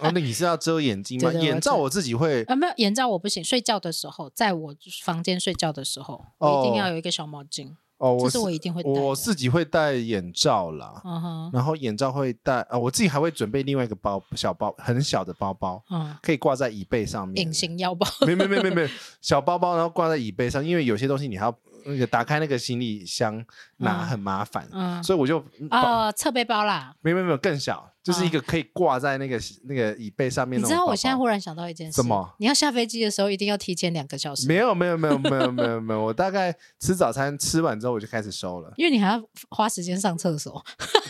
Speaker 2: 哦，那你是要遮眼睛吗？
Speaker 1: 对对我
Speaker 2: 眼罩我自己会
Speaker 1: 啊，没有眼罩我不行，睡觉的时候，在我房间睡觉的时候，我一定要有一个小毛巾，
Speaker 2: 哦，
Speaker 1: 这
Speaker 2: 我
Speaker 1: 是我一定会带的。
Speaker 2: 我自己会戴眼罩啦，
Speaker 1: 嗯哼，
Speaker 2: 然后眼罩会戴啊，我自己还会准备另外一个包小包，很小的包包，
Speaker 1: 嗯，
Speaker 2: 可以挂在椅背上面
Speaker 1: 隐。形腰包，
Speaker 2: 没没没没没，小包包然后挂在椅背上，因为有些东西你还要那个打开那个行李箱拿
Speaker 1: 嗯
Speaker 2: 很麻烦，
Speaker 1: 嗯，
Speaker 2: 所以我就把
Speaker 1: 啊，侧背包啦。
Speaker 2: 没有没有没有更小，就是
Speaker 1: 嗯
Speaker 2: 一个可以挂在那个那个椅背上面
Speaker 1: 你
Speaker 2: 那
Speaker 1: 知
Speaker 2: 种
Speaker 1: 道
Speaker 2: 包
Speaker 1: 我现在
Speaker 2: 包
Speaker 1: 忽然想到一件事，
Speaker 2: 什么？
Speaker 1: 你要下飞机的时候一定要提前两个小时，
Speaker 2: 没有没有没有没有没有没有，我大概吃早餐吃完之后我就开始收了
Speaker 1: 。因为你还要花时间上厕所。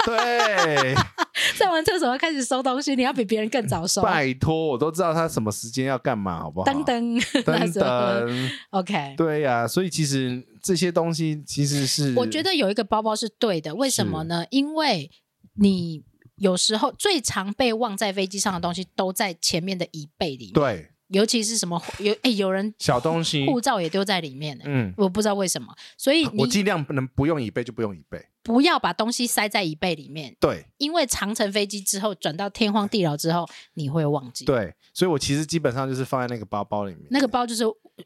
Speaker 2: 对，
Speaker 1: 上完厕所要开始收东西，你要比别人更早收。
Speaker 2: 拜托，我都知道他什么时间要干嘛，好不好？
Speaker 1: 噔噔， 那
Speaker 2: 等
Speaker 1: 时候
Speaker 2: 等，
Speaker 1: OK。
Speaker 2: 对呀、所以其实这些东西其实是
Speaker 1: 我觉得有一个包包是对的，为什么呢？因为你有时候最常被忘在飞机上的东西都在前面的椅背里面，
Speaker 2: 对
Speaker 1: 尤其是什么有哎、有人
Speaker 2: 小东西，
Speaker 1: 护照也丢在里面、欸
Speaker 2: 嗯，
Speaker 1: 我不知道为什么，所以
Speaker 2: 我
Speaker 1: 你
Speaker 2: 尽量不能不用椅背就不用椅背，
Speaker 1: 不要把东西塞在椅背里面，
Speaker 2: 对
Speaker 1: 因为长程飞机之后转到天荒地老之后，你会忘记。
Speaker 2: 对，所以我其实基本上就是放在那个包包里面，
Speaker 1: 那个包就是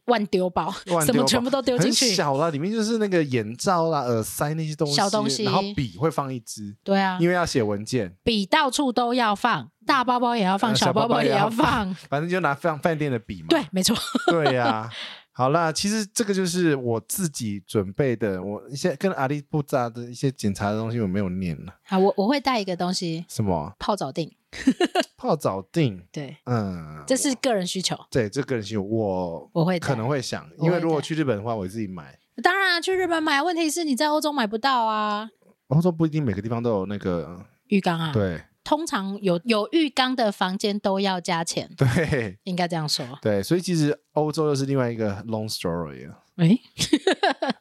Speaker 1: 万丢包，
Speaker 2: 乱
Speaker 1: 什
Speaker 2: 丢
Speaker 1: 么
Speaker 2: 吧
Speaker 1: 全部都丢进
Speaker 2: 很
Speaker 1: 去。
Speaker 2: 小啦，里面就是那个眼罩啦、耳塞那些东西，
Speaker 1: 小东西
Speaker 2: 然后笔会放一支，
Speaker 1: 对啊，
Speaker 2: 因为要写文件，
Speaker 1: 笔到处都要放，大包包也要放，
Speaker 2: 呃
Speaker 1: 小
Speaker 2: 小包
Speaker 1: 包
Speaker 2: 包
Speaker 1: 也
Speaker 2: 也
Speaker 1: 要
Speaker 2: 要
Speaker 1: 放。
Speaker 2: 反正就拿饭饭店的笔嘛。
Speaker 1: 对，没错。
Speaker 2: 对呀、好啦，其实这个就是我自己准备的，我一些跟阿里布扎的一些检查的东西我没有念了，
Speaker 1: 好，我我会带一个东西，
Speaker 2: 什么啊
Speaker 1: 泡澡定。
Speaker 2: 泡澡定，
Speaker 1: 对，
Speaker 2: 嗯，
Speaker 1: 这是个人需求，
Speaker 2: 对这个人性我
Speaker 1: 我会带
Speaker 2: 可能会想，
Speaker 1: 我
Speaker 2: 因为
Speaker 1: 会
Speaker 2: 如果
Speaker 1: 带
Speaker 2: 去日本的话，我自己买。
Speaker 1: 当然啊去日本买，问题是你在欧洲买不到啊。
Speaker 2: 欧洲不一定每个地方都有那个，
Speaker 1: 浴缸啊，
Speaker 2: 对
Speaker 1: 通常有有浴缸的房间都要加钱，
Speaker 2: 对
Speaker 1: 应该这样说。
Speaker 2: 对，所以其实欧洲又是另外一个 long story 啊了。
Speaker 1: 诶，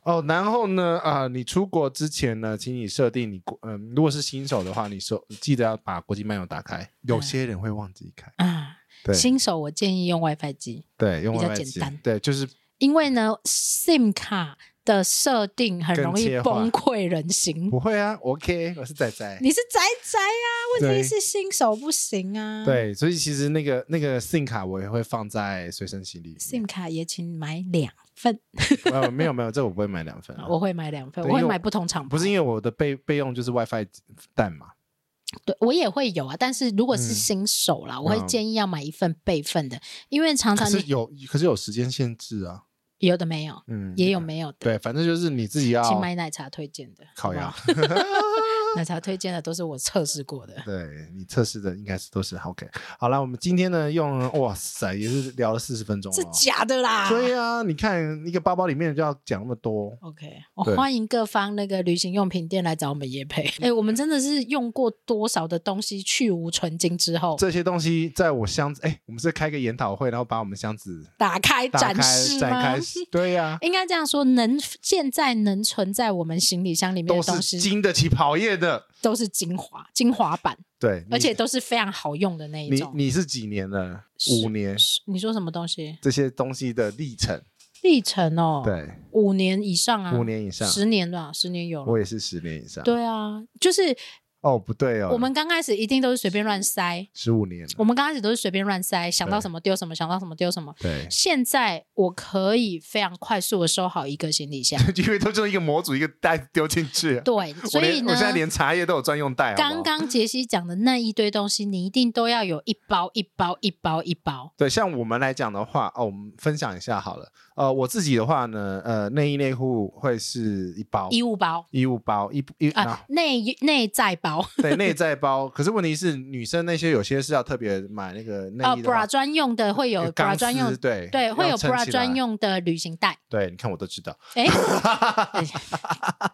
Speaker 2: 哦，然后呢，啊、你出国之前呢，请你设定你国，嗯、如果是新手的话，你说记得要把国际漫游打开。有些人会忘记开，
Speaker 1: 啊，嗯
Speaker 2: 对
Speaker 1: 新手我建议用 WiFi 机，
Speaker 2: 对，用
Speaker 1: 比较
Speaker 2: WiFi
Speaker 1: 简
Speaker 2: 机
Speaker 1: 单
Speaker 2: 对，就是
Speaker 1: 因为呢，SIM 卡的设定很容易
Speaker 2: 跟切
Speaker 1: 崩
Speaker 2: 换
Speaker 1: 溃人心。
Speaker 2: 不会啊，OK，我是仔仔。
Speaker 1: 你是宅宅啊，问题
Speaker 2: 对
Speaker 1: 是新手不行啊。
Speaker 2: 对，所以其实那个那个 SIM 卡我也会放在随身行李里面。
Speaker 1: ，SIM 卡也请买两份，
Speaker 2: 呃，没有没有，这我不会买两 份啊、
Speaker 1: 我会买两份，
Speaker 2: 对
Speaker 1: 我会
Speaker 2: 因为
Speaker 1: 买不同厂牌。
Speaker 2: 不是因为我的备备用就是 WiFi 蛋嘛，
Speaker 1: 对我也会有啊，但是如果是
Speaker 2: 嗯
Speaker 1: 新手啦，我会
Speaker 2: 嗯
Speaker 1: 建议要买一份备份的，因为常
Speaker 2: 可
Speaker 1: 常
Speaker 2: 是
Speaker 1: 你
Speaker 2: 有可是有时间限制啊，
Speaker 1: 有的没有，
Speaker 2: 嗯，
Speaker 1: 也有没有的。
Speaker 2: 对，反正就是你自己要
Speaker 1: 请买奶茶推荐的，
Speaker 2: 烤
Speaker 1: 好
Speaker 2: 鸭
Speaker 1: 不好，奶茶推荐的都是我测试过
Speaker 2: 哦
Speaker 1: 的。
Speaker 2: 对你测试的应该是都是 OK。好了，我们今天呢用哇塞也是聊了四十分钟
Speaker 1: 是
Speaker 2: 了、哦。
Speaker 1: 假的啦。
Speaker 2: 对啊，你看一个包包里面就要讲那么多，
Speaker 1: OK，我、
Speaker 2: 对嗯
Speaker 1: 欢迎各方那个旅行用品店来找我们叶配。哎、我们真的是用过多少的东西去无存菁之后，
Speaker 2: 这些东西在我箱子，哎，我们是开个研讨会，然后把我们箱子
Speaker 1: 打开
Speaker 2: 打
Speaker 1: 展
Speaker 2: 开
Speaker 1: 示
Speaker 2: 展
Speaker 1: 吗哎
Speaker 2: 开？，对呀、
Speaker 1: 应该这样说，能现在能存在我们行李箱里面
Speaker 2: 都
Speaker 1: 的东西
Speaker 2: 是经得起考验的。
Speaker 1: 都是精华、精华版，
Speaker 2: 对，你
Speaker 1: 而且都是非常好用的那一
Speaker 2: 你
Speaker 1: 种。
Speaker 2: 你是几年了？
Speaker 1: 是
Speaker 2: 五年
Speaker 1: 是你说什么东西？
Speaker 2: 这些东西的历程，
Speaker 1: 历程哦，，
Speaker 2: 对，
Speaker 1: 五年以上啊，
Speaker 2: 五年以上，
Speaker 1: 十年吧，十年有了。
Speaker 2: 我也是十年以上。
Speaker 1: 对啊，就是
Speaker 2: 哦，不对哦，
Speaker 1: 我们刚开始一定都是随便乱塞，
Speaker 2: 十五年了。
Speaker 1: 我们刚开始都是随便乱塞，想到
Speaker 2: 对
Speaker 1: 什么丢什么，想到什么丢什么。
Speaker 2: 对，
Speaker 1: 现在我可以非常快速的收好一个行李 箱，
Speaker 2: 因为都是一个模组一个袋子丢进去。
Speaker 1: 对，所
Speaker 2: 我
Speaker 1: 以
Speaker 2: 连
Speaker 1: 呢
Speaker 2: 我，现在连茶叶都有专用袋。好不好
Speaker 1: 刚刚杰西讲的那一堆东西，你一定都要有一包一包一包一包。
Speaker 2: 对，像我们来讲的话，哦，我们分享一下好了。呃，我自己的话呢，呃，内衣内裤会是一包
Speaker 1: 衣物包
Speaker 2: 衣物包一一
Speaker 1: 啊、
Speaker 2: 啊，
Speaker 1: 内内在包啊、
Speaker 2: 对，内在包。可是问题是，女生那些有些是要特别买那个内
Speaker 1: 呃、
Speaker 2: 衣的话呃
Speaker 1: ，bra 专用的会有 bra
Speaker 2: 钢
Speaker 1: 专用
Speaker 2: 丝，对
Speaker 1: 对，会有
Speaker 2: 要撑
Speaker 1: bra
Speaker 2: 起来
Speaker 1: 专。用的旅行袋。
Speaker 2: 对，你看我都知道，
Speaker 1: 哎，哎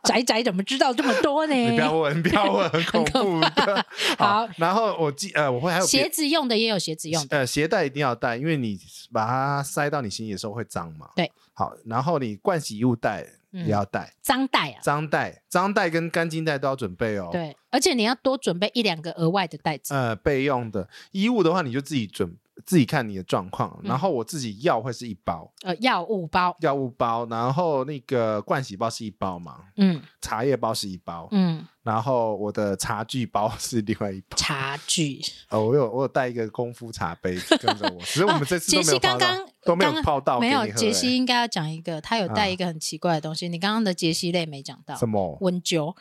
Speaker 1: 宅宅怎么知道这么多呢？
Speaker 2: 你不要问，不 要问，很恐怖的。
Speaker 1: 好，
Speaker 2: 然后我记呃，我会还有别
Speaker 1: 鞋子用的也有鞋子用的，
Speaker 2: 呃，鞋带一定要带，因为你把它塞到你行李的时候会脏嘛。
Speaker 1: 对，
Speaker 2: 好，然后你盥洗衣物带
Speaker 1: 嗯
Speaker 2: 也要带，
Speaker 1: 脏袋啊，
Speaker 2: 脏带、脏带跟干净带都要准备哦。，
Speaker 1: 对，而且你要多准备一两个额外的袋子。
Speaker 2: 呃，备用的衣物的话，你就自己准，自己看你的状况。
Speaker 1: 嗯
Speaker 2: 然后我自己药会是一包
Speaker 1: 呃，药物包，
Speaker 2: 药物包，然后那个盥洗包是一包嘛，
Speaker 1: 嗯
Speaker 2: 茶叶包是一包，
Speaker 1: 嗯，
Speaker 2: 然后我的茶具包是另外一包。
Speaker 1: 茶具。
Speaker 2: 哦，我有我有带一个功夫茶杯子跟着我，只是我们这次
Speaker 1: 啊杰
Speaker 2: 都没
Speaker 1: 西
Speaker 2: 有
Speaker 1: 哦刚
Speaker 2: 泡到，
Speaker 1: 刚
Speaker 2: 都没有
Speaker 1: 刚
Speaker 2: 泡到给
Speaker 1: 没
Speaker 2: 你喝、
Speaker 1: 有杰
Speaker 2: 欸嗯
Speaker 1: 西应该要讲一个，他有带一个很奇怪的东西，你刚刚的杰西类没讲到
Speaker 2: 什，么？
Speaker 1: 温灸。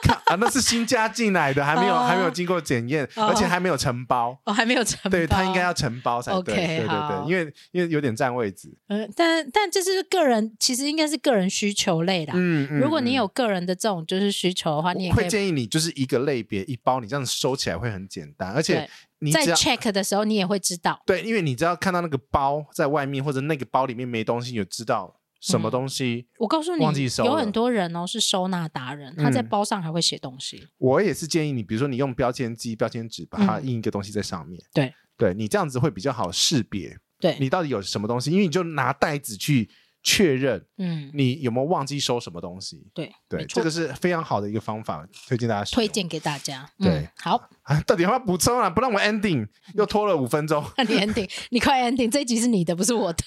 Speaker 2: 看啊，那是新加进来的，还没有、
Speaker 1: 哦
Speaker 2: 还没有经过检验，
Speaker 1: 哦
Speaker 2: 而且还没有承包。
Speaker 1: 哦，还没有成。
Speaker 2: 对他应该要。承包才对
Speaker 1: OK，
Speaker 2: 对对
Speaker 1: 好
Speaker 2: 对，因为因为有点占位置。
Speaker 1: 嗯，但但这是个人，其实应该是个人需求类啦。
Speaker 2: 嗯，嗯
Speaker 1: 如果你有
Speaker 2: 嗯
Speaker 1: 个人的这种就是需求的话，你也
Speaker 2: 我
Speaker 1: 可
Speaker 2: 会
Speaker 1: 以
Speaker 2: 建议你就是一个类别一包，你这样收起来会很简单，而且
Speaker 1: 对
Speaker 2: 你
Speaker 1: 在
Speaker 2: 只要
Speaker 1: check 的时候，你也会知道。
Speaker 2: 对，因为你只要看到那个包在外面或者那个包里面没东西，你就知道什么东西。
Speaker 1: 嗯我告诉你
Speaker 2: 忘记，收了嗯
Speaker 1: 有很多人哦是收纳达人，他在包上还会写东西。
Speaker 2: 我也是建议你，比如说你用标签机、标签纸把它
Speaker 1: 嗯
Speaker 2: 印一个东西在上面。
Speaker 1: 对，
Speaker 2: 对你这样子会比较好识别
Speaker 1: 对，
Speaker 2: 你到底有什么东西，因为你就拿袋子去确认
Speaker 1: 嗯，
Speaker 2: 你有没有忘记收什么东西。
Speaker 1: 对，
Speaker 2: 对，
Speaker 1: 没错
Speaker 2: 这个是非常好的一个方法，推荐大家使用
Speaker 1: 推荐给大家。嗯
Speaker 2: 对，
Speaker 1: 好，
Speaker 2: 啊！到底要不要补充啊？不让我 ending，又拖了五分钟。
Speaker 1: 那你 ending，你 快 ending，这一集是你的，不是我的。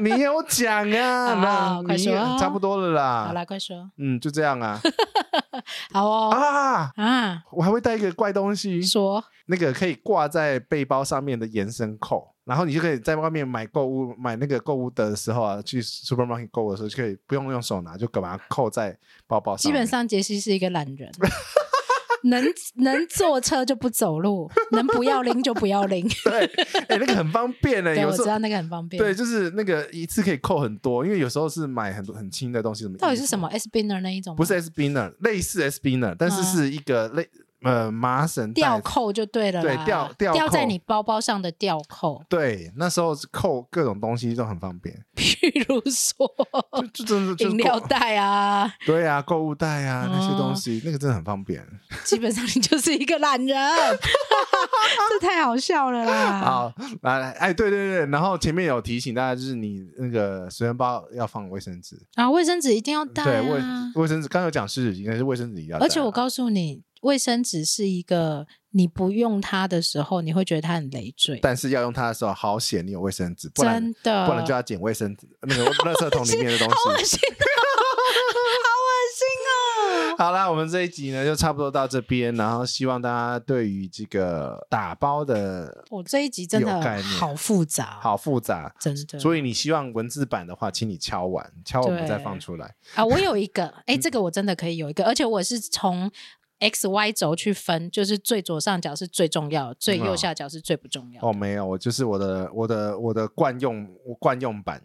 Speaker 2: 你有讲啊？
Speaker 1: 好
Speaker 2: 那
Speaker 1: 快
Speaker 2: 你
Speaker 1: 说啊
Speaker 2: 差不多了啦。
Speaker 1: 好啦，快说。
Speaker 2: 嗯，就这 样啊。
Speaker 1: 好哦，
Speaker 2: 啊，
Speaker 1: 啊，
Speaker 2: 我还会带一个怪东西，
Speaker 1: 说
Speaker 2: 那个可以挂在背包上面的延伸扣，然后你就可以在外面买购物买那个购物的时候啊，去 supermarket 购物的时候就可以不用用手拿，就把它扣在包包上
Speaker 1: 基
Speaker 2: 面。
Speaker 1: 本上杰西是一个懒 人，能能坐车就不走路，能不要拎就不要拎。
Speaker 2: 对，哎、那个很方便呢、
Speaker 1: 对，
Speaker 2: 有
Speaker 1: 我
Speaker 2: 时
Speaker 1: 知
Speaker 2: 候
Speaker 1: 道那个很方便。
Speaker 2: 对，，就是那个一次可以扣很多，因为有时候是买很多很轻的东西，什么
Speaker 1: 到底
Speaker 2: 衣
Speaker 1: 是
Speaker 2: 服
Speaker 1: 什么 S Binner 那一种吗？
Speaker 2: 不是 S spinner，类似 S spinner，但是
Speaker 1: 嗯
Speaker 2: 是一个类、呃麻绳带
Speaker 1: 吊扣就对了啦，
Speaker 2: 对吊吊扣
Speaker 1: 吊在你包包上的吊扣，
Speaker 2: 对，那时候是扣各种东西都很方便，
Speaker 1: 譬如说
Speaker 2: 就就真的就是
Speaker 1: 饮料
Speaker 2: 购
Speaker 1: 袋 啊，
Speaker 2: 对啊，购物袋啊那些东
Speaker 1: 嗯
Speaker 2: 西，那个真的很方便。
Speaker 1: 基本上你就是一个懒人， 这太好笑了啦！
Speaker 2: 好，来来，哎，对对对，然后前面有提醒大家，就是你那个随身包要放卫生纸，
Speaker 1: 啊，卫生纸一定要带
Speaker 2: 对卫
Speaker 1: 啊，
Speaker 2: 卫生纸，刚刚有讲湿纸巾，但是卫生纸也要带啊。
Speaker 1: 而且我告诉你，卫生纸是一个你不用它的时候，你会觉得它很累赘，
Speaker 2: 但是要用它的时候，好险你有卫生纸，不然
Speaker 1: 真的，
Speaker 2: 不然就要捡卫生纸那个垃圾桶里面的 东
Speaker 1: 好恶
Speaker 2: 西。
Speaker 1: 心哦，好恶心哦！
Speaker 2: 好啦，我们这一集呢就差不多到这边，然后希望大家对于这个打包的
Speaker 1: 我这一集真
Speaker 2: 有概
Speaker 1: 的
Speaker 2: 念
Speaker 1: 好复杂，，哦
Speaker 2: 好复杂，
Speaker 1: 真的。
Speaker 2: 所以你希望文字版的话，请你敲完，敲完我们再放出来。
Speaker 1: 啊，我有一个，哎、
Speaker 2: 嗯
Speaker 1: 这个我真的可以有一个，而且我是从 X、Y 轴去分，就是最左上角是最重要的，最右下角是最不重要的。
Speaker 2: 嗯啊哦，没有，我就是我的我的我的惯用我惯 用版，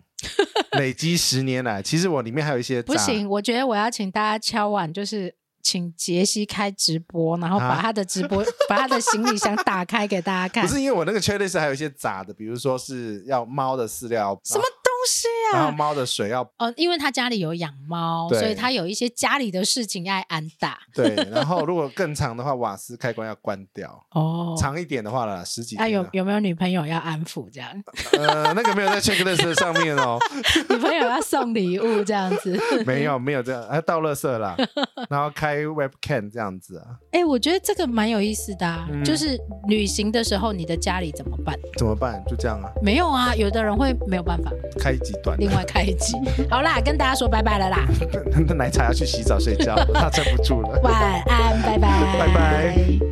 Speaker 2: 累积十年来，其实我里面还有一些
Speaker 1: 不
Speaker 2: 杂
Speaker 1: 行，我觉得我要请大家敲碗，就是请杰西开直播，然后把
Speaker 2: 啊
Speaker 1: 他的 直播，把他的行李箱打开给大家看
Speaker 2: 不。是因为我那个 checklist 还有一些杂的，比如说是要猫的饲料，
Speaker 1: 什么东西
Speaker 2: 然后，然后
Speaker 1: 啊？
Speaker 2: 猫的水要
Speaker 1: 哦，因为他家里有养猫，
Speaker 2: 对
Speaker 1: 所以他有一些家里的事情要安打。
Speaker 2: 对，然后如果更长的话，瓦斯开关要关掉，
Speaker 1: 哦，
Speaker 2: 长一点的话啦，十几
Speaker 1: 啊，
Speaker 2: 天
Speaker 1: 有
Speaker 2: 了。
Speaker 1: 有没有女朋友要安抚这样？
Speaker 2: 呃，那个没有在 checklist 上面哦，
Speaker 1: 女朋友要送礼物这样子？
Speaker 2: 没有没有这样，啊，倒垃圾 啦，然后开 webcam 这样子啊，
Speaker 1: 哎、我觉得这个蛮有意思的、啊
Speaker 2: 嗯
Speaker 1: 就是旅行的时候你的家里怎么办？
Speaker 2: 怎么办？就这样啊，
Speaker 1: 没有啊，有的人会没有办法，
Speaker 2: 开一集短的
Speaker 1: 另。外开一集。好啦，跟大家说拜拜了啦，
Speaker 2: 啊 那奶茶要去洗澡睡觉，他撑不住了。
Speaker 1: 晚安，拜拜，
Speaker 2: 拜拜。